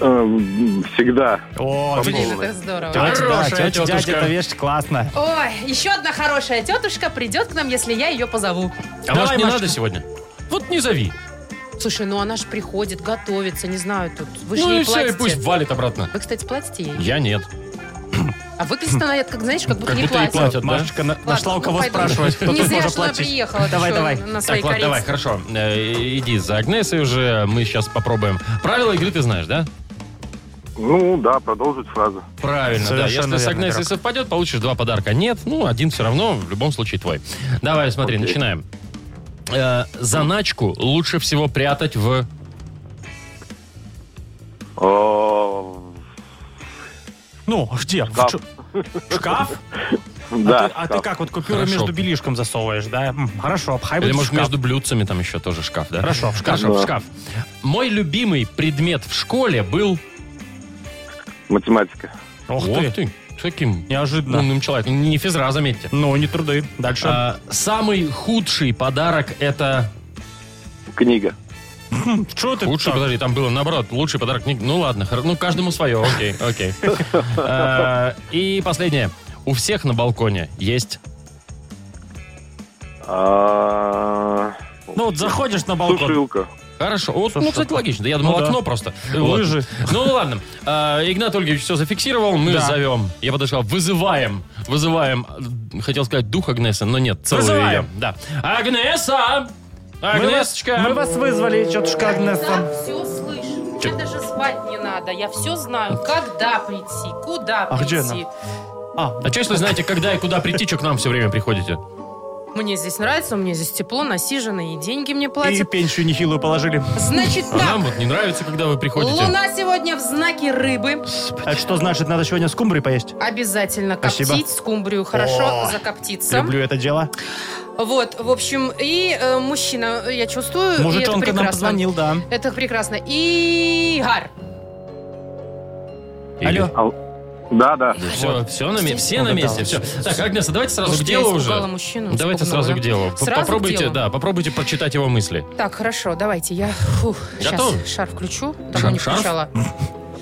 E: Эм, Всегда.
D: О, видишь?
C: Блин, это здорово.
D: Тетя, да,
B: Хорошая
D: тетя, дядя,
B: тетушка.
D: это вещь классно.
C: Ой, еще одна хорошая тетушка придет к нам, если я ее позову.
B: А
D: Давай,
B: может, не
D: Машка.
B: надо сегодня? Вот не зови.
C: Слушай, ну она же приходит, готовится, не знаю тут. Вы же
B: ну
C: ей
B: и все, и
C: платите.
B: пусть валит обратно.
C: Вы, кстати, платите ей.
B: Я нет.
C: А выглядит она, как, знаешь, как будто
B: Как
C: не
B: будто ей
C: платит.
B: платят, да?
D: Машечка на-
C: Ладно,
D: нашла у
C: ну,
D: кого
C: пойду.
D: спрашивать, кто
C: Не
D: тут
C: зря,
D: может
C: что она
D: платить.
C: приехала. ты
D: Давай,
C: что,
D: давай.
C: На
B: Так,
C: своей
B: ладно,
C: карете.
B: давай, хорошо. Э, Иди за Агнесой уже, мы сейчас попробуем. Правила игры ты знаешь, да?
E: Ну, да, продолжить фразу.
B: Правильно,
D: Совершенно
B: да. Если с
D: верно,
B: Агнесой
D: Игорь.
B: совпадет, получишь два подарка. Нет, ну, один все равно, в любом случае твой. Давай, смотри,
E: Окей.
B: начинаем. Э, заначку лучше всего прятать в...
E: О,
D: Ну, где? В
E: Шкаф.
D: чё- Шкаф?
E: Да.
D: А ты- А ты
E: шкаф.
D: как, вот купюры
B: Хорошо.
D: между белишком засовываешь, да? М, Хорошо, обхай
B: Или,
D: будет
B: может,
D: шкаф.
B: между блюдцами там еще тоже шкаф, да?
D: Хорошо, в шкаф.
B: Хорошо, в
E: Да.
B: шкаф. Мой любимый предмет в школе был...
E: Математика.
D: Ох
B: Ох
D: ты,
B: ты, таким
D: неожиданно.
B: умным человеком. Не физра, заметьте.
D: Ну, не труды. Дальше.
B: А, самый худший подарок это...
E: Книга.
D: Что ты
B: Лучший,
D: так?
B: подожди, там было наоборот, лучший подарок. не- Ну ладно, хоро- ну каждому свое, окей, окей. А, И последнее. У всех на балконе есть...
E: А,
D: Ну вот заходишь на балкон.
E: Сушилка.
B: Хорошо. Вот, ну,
D: Слушай,
B: кстати, логично. Я думал,
D: Ну да.
B: окно просто. Вот.
D: Лыжи.
B: Ну ладно. А, Игнат Ольгович все зафиксировал, мы
D: Да.
B: зовем. Я подошел, вызываем. Вызываем, э, хотел сказать, дух Агнесы, но нет, целую
D: Вызываем.
B: ее. Да. Агнеса!
D: Мы вас,
B: Агнесочка!
D: мы вас вызвали, тетушка
C: Я
D: Агнеса.
C: все слышу.
B: Чё?
C: Мне даже спать не надо. Я все знаю. Когда прийти, куда
D: А где
C: прийти.
D: А,
B: А что, если знаете, когда и куда прийти, что к нам все время приходите?
C: Мне здесь нравится, мне здесь тепло, насижено, и деньги мне
D: и
C: платят.
D: пенсию нехилую положили.
C: Значит
B: А нам
C: так,
B: вот не нравится, когда вы приходите.
C: луна сегодня в знаке рыбы.
D: Это что значит, надо сегодня скумбрии поесть?
C: Обязательно коптить
D: Спасибо.
C: скумбрию, хорошо
D: О,
C: закоптиться.
D: Люблю это дело.
C: Вот, в общем, и э, мужчина, я чувствую, и это
D: Мужичонка
C: прекрасно.
D: нам позвонил, да.
C: Это прекрасно. Игорь.
B: Или-
D: Алло.
E: Ал- Да, да.
B: Все, все на, ме-
C: Здесь?
B: все на месте,
D: Угадал.
B: все. Так, Агнеса, давайте сразу
C: Может,
B: к
C: я
B: делу
C: испугала
B: уже.
C: мужчину,
B: Давайте
C: испугнула,
B: сразу к
C: да?
B: делу. П-
C: Сразу к
B: попробуйте,
C: делу?
B: да, попробуйте прочитать его мысли.
C: Так, хорошо, давайте. Я
B: Готовы?
C: сейчас шар включу.
B: Шар-
C: Давно не
B: шарф?
C: включала.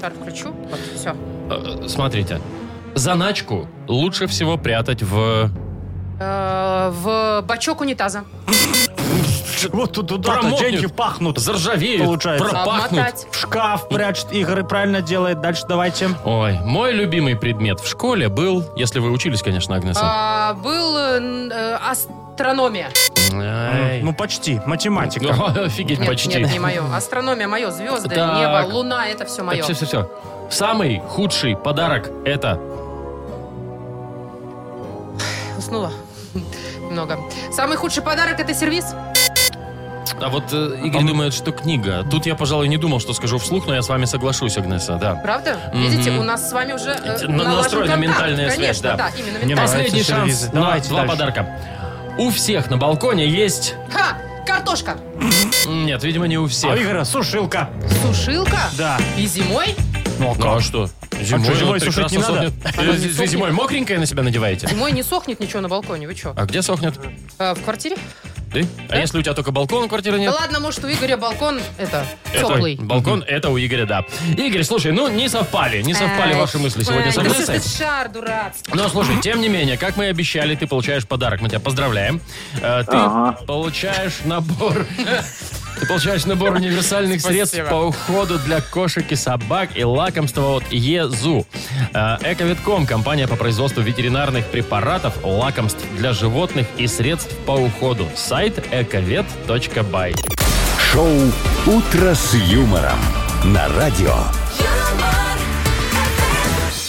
C: Шар включу. Вот, все.
B: Э, Смотрите. Заначку лучше
C: Э,
B: всего прятать в...
C: в бачок унитаза.
D: Вот тут туда
B: Промокнет,
D: деньги пахнут.
B: заржавеют,
D: Получается.
B: пропахнут.
C: Обмотать.
D: В шкаф прячет Игорь и правильно делает. Дальше давайте.
B: Ой, мой любимый предмет в школе был, если вы учились, конечно, Агнеса.
C: А, был э, н- э, астрономия.
B: Ай.
D: Ну, почти. Математика.
B: Ну,
D: А
B: Офигеть,
C: Нет,
B: почти.
C: нет, не мое. Астрономия мое, звезды,
B: Так.
C: небо, луна, это все мое.
B: Так, все, все, все. Самый худший подарок это
C: Уснула. Немного. Самый худший подарок это сервис.
B: А вот э, Игорь думает, что книга. Тут я, пожалуй, не думал, что скажу вслух, но я с вами соглашусь, Агнеса, да.
C: Правда? Видите,
B: Мгм.
C: у нас с вами уже э,
B: На-
C: налажен
B: настроена
C: контакт.
B: ментальная связь,
C: Конечно,
B: да.
C: да. именно
D: Не
C: ментальная.
D: нравится.
B: Последний шанс
D: сервис.
B: на
D: Давайте
B: два
D: дальше.
B: подарка. У всех на балконе есть...
C: Ха! Картошка.
B: М, Нет, видимо, не у всех.
D: А у Игоря сушилка.
C: Сушилка.
D: Да.
C: И зимой.
D: Ну, а
B: Ну, а что? Зимой,
D: что, зимой
B: вот
D: сушить не
B: прекрасно
D: надо?
B: сохнет.
C: Оно не
B: Э, з-
C: сохнет.
B: Зимой мокренькое на себя надеваете?
C: Зимой не сохнет ничего на балконе, вы что?
B: А где сохнет?
C: в квартире?
B: Да? А если у тебя только балкон, квартиры нет?
C: Да ладно, может, у Игоря балкон это
B: Это-
C: теплый.
B: Балкон, это у Игоря, да. Игорь, слушай, ну не совпали, не совпали
C: Ай,
B: ваши мысли сегодня с
C: Ань, Э, да
B: Агнесой.
C: что ж ты шар дурацкий.
B: Но слушай, тем не менее, как мы и обещали, ты получаешь подарок. Мы тебя поздравляем. Э, Ты
E: Ага.
B: получаешь набор... Ты получаешь набор универсальных средств по уходу для кошек и собак и лакомства от ЕЗУ. Э, Эковетком – компания по производству ветеринарных препаратов, лакомств для животных и средств по уходу. Сайт эковет.бай.
A: Шоу «Утро с юмором» на радио.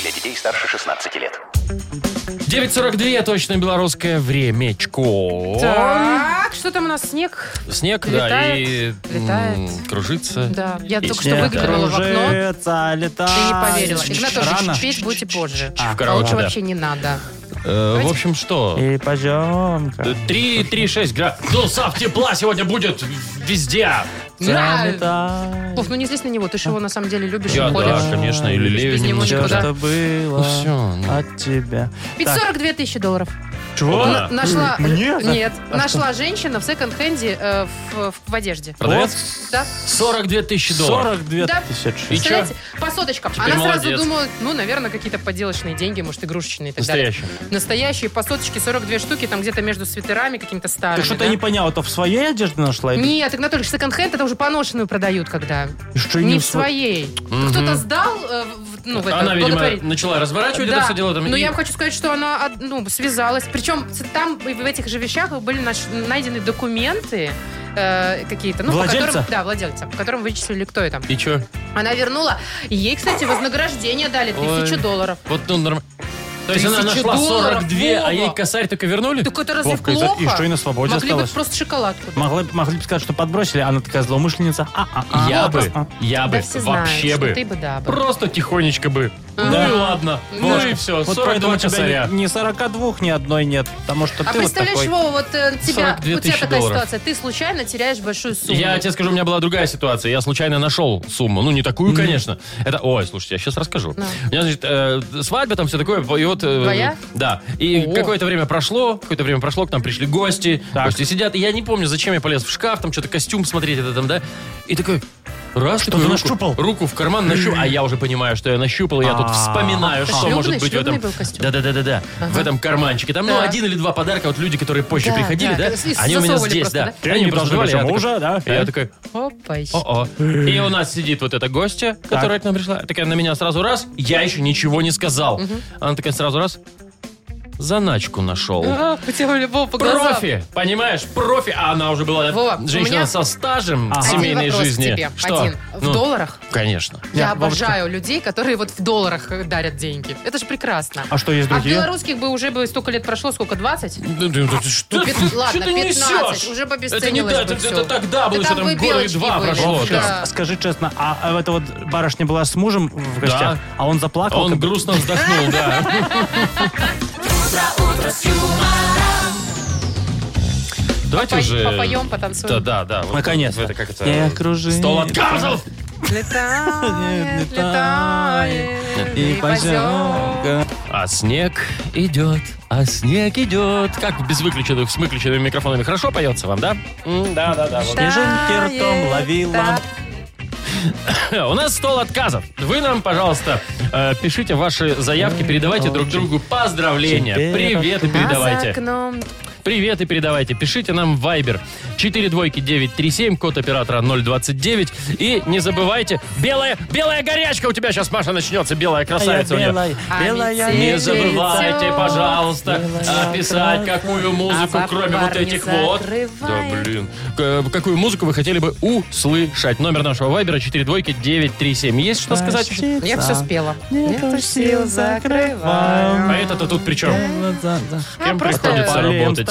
F: Для детей старше 16 лет.
B: 9.42 точно белорусское времечко.
C: Так, что там у нас, снег?
B: Снег, да,
C: Летает,
B: и м,
C: летает.
B: кружится.
C: Да, я
B: И
C: только что
B: снег,
C: выглянула в окно.
D: Кружится,
C: Ты
D: летает.
C: не поверила.
D: Рано.
C: Игнатович, петь будете позже.
D: А,
C: А
B: короче,
C: лучше
B: да.
C: вообще не надо.
B: Э, в общем, что?
D: И пожемка.
B: 3-3-6 градусов тепла сегодня будет везде.
C: Да.
D: Залетай.
C: Слов, ну не здесь на него, ты же его на самом деле любишь и
B: Я, да,
C: холишь.
B: конечно, или левее
C: без него
B: немножко.
D: Все,
C: никуда.
B: да.
D: что было
B: Ну всё, ну.
D: от тебя.
C: 542 тысячи долларов.
D: Чего?
B: Да. А
C: Нашла...
D: Мне?
C: Нет, нашла женщина в секонд-хенде э, в, в- в одежде.
B: Продавец?
C: Да.
B: 42 тысячи долларов.
D: 42
C: Да.
B: И
D: тысячи.
B: чё?
C: Представляете, по соточкам. Она
B: молодец.
C: сразу думала, ну, наверное, какие-то поделочные деньги, может, игрушечные и так
B: Настоящие.
C: далее. Настоящие. По соточке 42 штуки, там где-то между свитерами какими-то старыми.
D: Так что-то
C: да?
D: не поняла, то в своей одежде нашла? или-
C: Нет, Игнатольевич, секонд-хенд это уже поношенную продают, когда.
D: Что и
C: не
D: не
C: в
D: в сво-
C: своей. Кто-то сдал, э, в- ну, в это,
B: Она, видимо,
C: благотворительное.
B: начала разворачивать
C: Да,
B: это все дело. Там,
C: но
B: и-
C: я вам хочу сказать, что она од- ну, связалась. Причем с- там и в этих же вещах были наш- найдены документы э, какие-то. Ну, по
D: Владельца?
C: которым- да, владельца. По которым вычислили, кто это.
B: И чё?
C: Она вернула. И Ей, кстати, вознаграждение дали
B: Ой.
C: тысячу долларов.
B: Вот, ну, нормально. То есть она
C: Тысяча
B: нашла
C: долларов,
B: 42, а ей
C: Вова.
B: косарь только вернули?
C: Так это разве
D: Вовка, и за-
C: плохо?
D: и что, и на свободе
C: Могли
D: осталось?
C: бы просто шоколадку.
B: Ну,
D: Могли, могли бы сказать, что подбросили, а она такая злоумышленница. А, а, а.
B: Я
D: А,
B: бы,
D: а.
B: я бы,
C: да все
B: вообще
C: знают,
B: бы.
C: что ты бы да бы.
B: Просто тихонечко бы.
C: Ага.
B: Ну и ладно. Ну и все,
D: Вот
B: 42
D: поэтому у
B: косаря.
D: тебя ни, ни 42, ни одной нет. Потому что
C: А
D: ты вот
C: представляешь,
D: такой.
C: Вова, вот э,
B: 42
C: тебя, у тебя
B: тысячи
C: такая
B: долларов.
C: ситуация. Ты случайно теряешь большую сумму.
B: Я тебе скажу, у меня была другая ситуация. Я случайно нашел сумму. Ну, не такую, конечно. Это. Ой, слушайте, я сейчас расскажу.
C: Ну.
B: У меня, значит, э, свадьба, там все такое. И вот, э,
C: Твоя?
B: Да. И
C: О.
B: какое-то время прошло, какое-то время прошло, к нам пришли гости.
D: Так.
B: Гости сидят. И я не помню, зачем я полез в шкаф, там что-то костюм смотреть, это там, да. И такой. Раз,
D: Что
B: такой
D: ты
B: руку-
D: нащупал?
B: Руку в карман нащупал, а я уже понимаю, что я нащупал, и я тут
D: А.
B: вспоминаю, что
C: Шлюбный,
B: может быть в
C: шлюбный
B: этом...
C: был костюм.
B: Да-да-да-да, в этом карманчике. Там, ну,
C: Так.
B: один или два подарка, вот люди, которые позже
C: Да,
B: приходили, да,
C: да, и
B: они у меня
C: засовывали
B: здесь,
C: просто,
B: да.
D: Ты не должны
B: позволяли,
D: быть а
B: я такой-
D: мужа, да? Э,
B: и Я такой,
C: Опа, ещё.
B: о-о. И у нас сидит вот эта гостья, которая к нам пришла. Такая на меня сразу раз. Я еще ничего не сказал. Она такая сразу раз. Заначку нашел.
C: А, У тебя у любого по глазам.
B: Профи, понимаешь, профи. А она уже была
C: Вова, у
B: женщина
C: меня
B: со стажем в
D: Один
C: Один
B: семейной
C: вопрос
B: жизни.
C: к тебе.
B: Что?
C: Один. В
B: Ну,
C: долларах?
B: Конечно.
C: Я
D: Я,
C: обожаю людей, которые вот в долларах э, дарят деньги. Это же прекрасно.
D: А что, есть
C: А в
D: другие?
C: белорусских бы уже бы столько лет прошло, сколько, 20?
B: Ну, ты- ты- ты Что
C: Ну,
B: ты
C: пят- ладно,
B: что ты
C: 15,
B: несешь?
C: уже бы
B: Это не
C: обесценилось
B: да,
C: бы
B: это-
C: всё.
B: это тогда было,
C: Да
B: еще
C: там
B: там
C: бы
B: года и
C: белочки
B: два
C: были,
B: прошло.
C: да.
B: да.
D: А Скажи честно, а, а эта вот барышня была с мужем в гостях, а он
B: А
D: заплакал?
B: Он
D: как бы?
B: грустно вздохнул, да. Давайте
C: Пой-
B: уже...
C: Попоем,
B: Да,
C: потанцуем.
B: да, да. вот
D: Наконец-то.
B: Это как это?
D: Не кружи.
B: Стол отказов!
C: Летает,
D: Нет,
C: летает,
D: И
C: и
D: поземка.
B: А снег идет, а снег идет. Как без выключенных, с выключенными микрофонами хорошо поется вам, да? М, Да, да, да. вот.
D: Снежинки ртом ловила.
B: У нас стол отказов. Вы нам, пожалуйста, э, пишите ваши заявки, передавайте друг другу поздравления,
D: Теперь
B: А приветы передавайте.
C: За окном
B: Приветы передавайте. Пишите нам в Viber 42937, код оператора 029. И не забывайте, белая, белая горячка у тебя сейчас, Маша, начнется. А Белая красавица у нее. Не забывайте, пожалуйста, описать, какую музыку,
C: А
B: кроме вот
C: папа
B: этих
C: не
B: вот. Да,
C: закрывает.
B: блин. К- Какую музыку вы хотели бы услышать? Номер нашего вайбера 42937. Есть что сказать? еще?
C: Я все спела. Нету сил
H: сил
C: закрываю.
H: закрываю.
B: А это-то тут при чем? С кем
C: А просто-
B: приходится
D: Блин,
B: работать?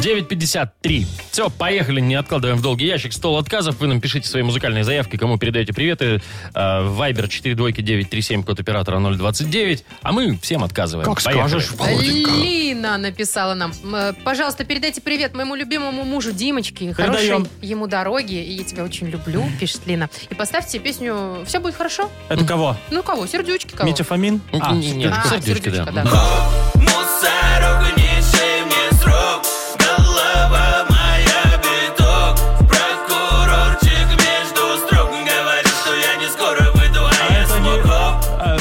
B: 9.53. Все, поехали, не откладываем в долгий ящик. Стол отказов. Вы нам пишите свои музыкальные заявки, кому передаете приветы. Э, Вайбер 42937, код оператора 029. А мы всем отказываем.
A: Как
B: Поехали.
A: скажешь, Володенька.
C: Лина написала нам. Э, Пожалуйста, передайте привет моему любимому мужу Димочке. Хорошей
D: Передаем.
C: ему дороги. И я тебя очень люблю, пишет Лина. И поставьте песню «Все будет хорошо».
D: Это кого?
C: Ну, кого? Сердючки кого?
D: Митя Фомин?
B: А,
D: А,
B: нет,
C: А,
B: сердючки,
C: сердючка,
B: да.
C: да.
I: Мусорок, не шей мне срок Голова моя биток Прокурорчик между строк Говорит, что я не скоро выйду, а я
D: это не-
I: смогу
D: э,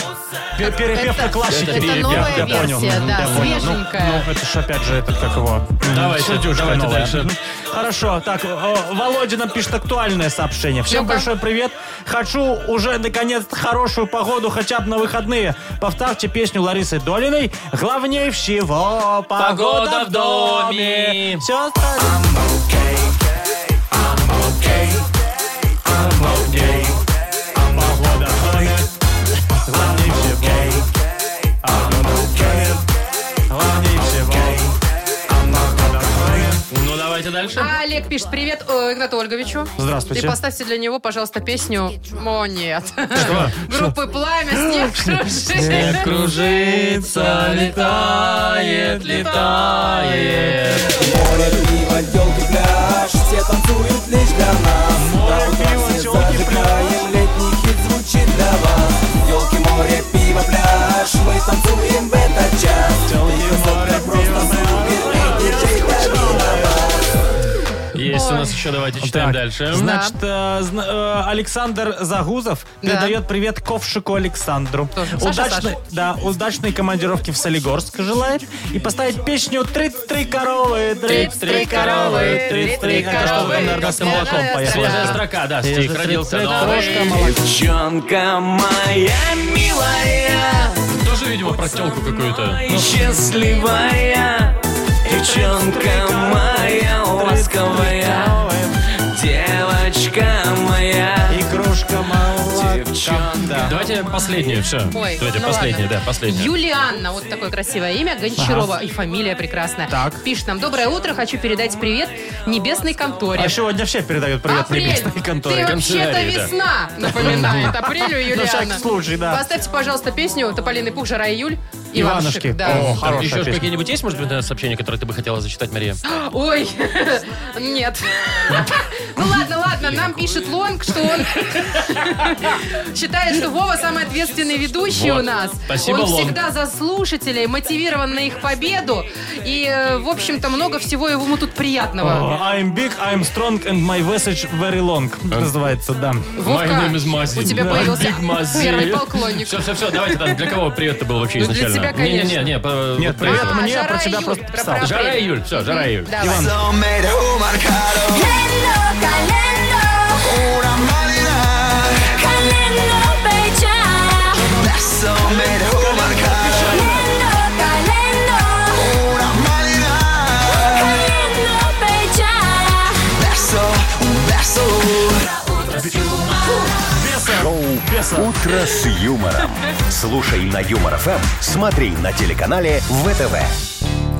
D: пе- Перепев на классике.
B: это
D: Я-
C: новая
D: я
C: версия,
D: понял.
C: да,
D: Я понял. Ну,
C: свеженькая.
D: Ну, это ж опять же, этот как его. м,
B: Давайте,
D: сердюшка
B: давайте
D: новая.
B: дальше.
D: Мгм. Хорошо, так, о, Володя нам пишет актуальное сообщение. Всем
C: Ну-ка.
D: большой привет. Хочу уже, наконец, хорошую погоду хотя бы на выходные. Повторьте песню Ларисы Долиной. Главнее всего
B: Погода
D: погода
B: в
D: в доме.
B: доме.
D: Все остальное... Главнее всего. Главнее всего.
B: Ну, давайте дальше.
C: А Олег пишет «Привет э, Игнату Ольговичу».
D: Здравствуйте.
C: И поставьте для него, пожалуйста, песню «О, нет». Группы «Пламя», «Снег
D: Снег
C: кружит».
D: кружится, летает, летает. Море, пиво, тёлки, пляж.
B: Есть у нас еще, давайте читаем
D: Так,
B: дальше.
D: Значит, э, зна- э, Александр Загузов
C: Да.
D: передает привет Ковшику Александру.
C: Тоже. Саша,
D: Удачной,
C: Саша.
D: да, удачной командировки в Солигорск желает. И поставить песню «Тридцать-три коровы, тридцать три коровы, тридцать три коровы».
C: коровы.
D: Чтобы, наверное, с молоком
C: Свежая
D: поехала.
B: Свежая
C: Да.
B: строка, да,
D: Свежая
B: стих родился.
D: строка.
B: новый.
D: Крошка молоко.
I: Девчонка моя милая
B: Тоже, видимо, про телку какую-то. Ну,
I: и счастливая Девчонка моя ласковая Девочка моя
D: Игрушка А молоко.
I: Девчонка
B: Давайте последнюю, все.
C: Ой,
B: Давайте
C: ну
B: последнюю,
C: ладно.
B: да, последнюю.
C: Юлианна, вот такое красивое имя, Гончарова и фамилия прекрасная.
D: Так.
C: Пишет нам «Доброе утро, хочу передать привет небесной конторе».
D: А сегодня все передают привет
C: Апрель,
D: небесной
C: ты
D: конторе.
C: вообще-то
B: Канцелярии, да.
C: весна, напоминает апрелю
D: На всякий
C: Юлианна.
D: случай, да.
C: Поставьте, пожалуйста, песню «Тополиный пух, жара июль»
D: Иванушки.
C: Иванушек. да.
D: О, хорошая
B: Еще
D: песня.
B: какие-нибудь есть, может быть, да, сообщения, которые ты бы хотела зачитать, Мария?
C: А, Ой, нет. Ну ладно, ладно, нам пишет Лонг, что он считает, что Вова самый ответственный ведущий
B: Вот.
C: у нас.
B: Спасибо,
C: он
B: Лонг.
C: всегда за слушателей, мотивирован на их победу. И, э, в общем-то, много всего ему тут приятного.
D: О, I'm big, I'm strong and my message very long.
I: Э.
D: Называется, да.
C: Вовка,
B: My name is Мази.
C: у тебя
B: Да.
C: появился
B: Big Мази.
C: первый поклонник.
B: Все, все, все, давайте там, для кого привет-то был вообще
C: Ну, для
B: изначально?
C: тебя, конечно.
B: Не, не, не, по-
D: Нет,
B: вот
D: привет
B: это.
D: мне,
C: жара
D: про тебя
C: июль,
D: просто
C: А, про-
D: писал.
C: про
B: Жара
C: апрель.
B: июль, все, жара июль.
C: Давай.
A: Шоу «Утро с юмором». Слушай на Юмор ФМ, смотри на телеканале ВТВ.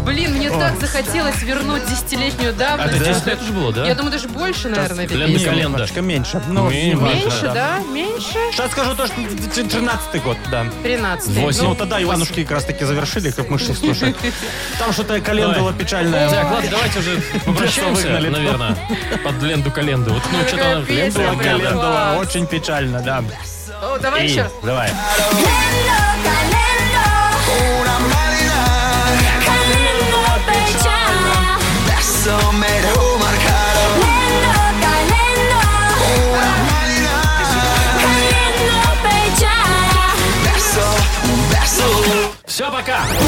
C: Блин, мне так захотелось вернуть десятилетнюю давность.
B: А, Это 10 лет уже было,
C: Я
B: да?
C: думаю, даже больше, наверное, этой
B: Лена
C: песни.
D: Нет,
B: календарь.
D: немножечко меньше. Ну,
B: Меньше,
D: неважно,
C: Меньше,
D: да.
C: да? Меньше?
D: Сейчас скажу то, что 13-й год, да.
C: 13.
B: Восемь.
D: Ну, тогда Иванушки как раз таки завершили, как мы шли слушать. Там что-то календула
B: Ой. Так,
D: печальное.
B: ладно, давайте уже попрощаемся,
D: выгнали.
B: наверное, под ленду календу. Вот, ну, что-то она-
C: Какая песня,
B: Ленду Календу.
C: прям.
D: Календула
C: класс.
D: очень печально, да.
C: О, давай
B: Эй,
C: еще раз.
B: Давай.
I: Una mala Все, пока!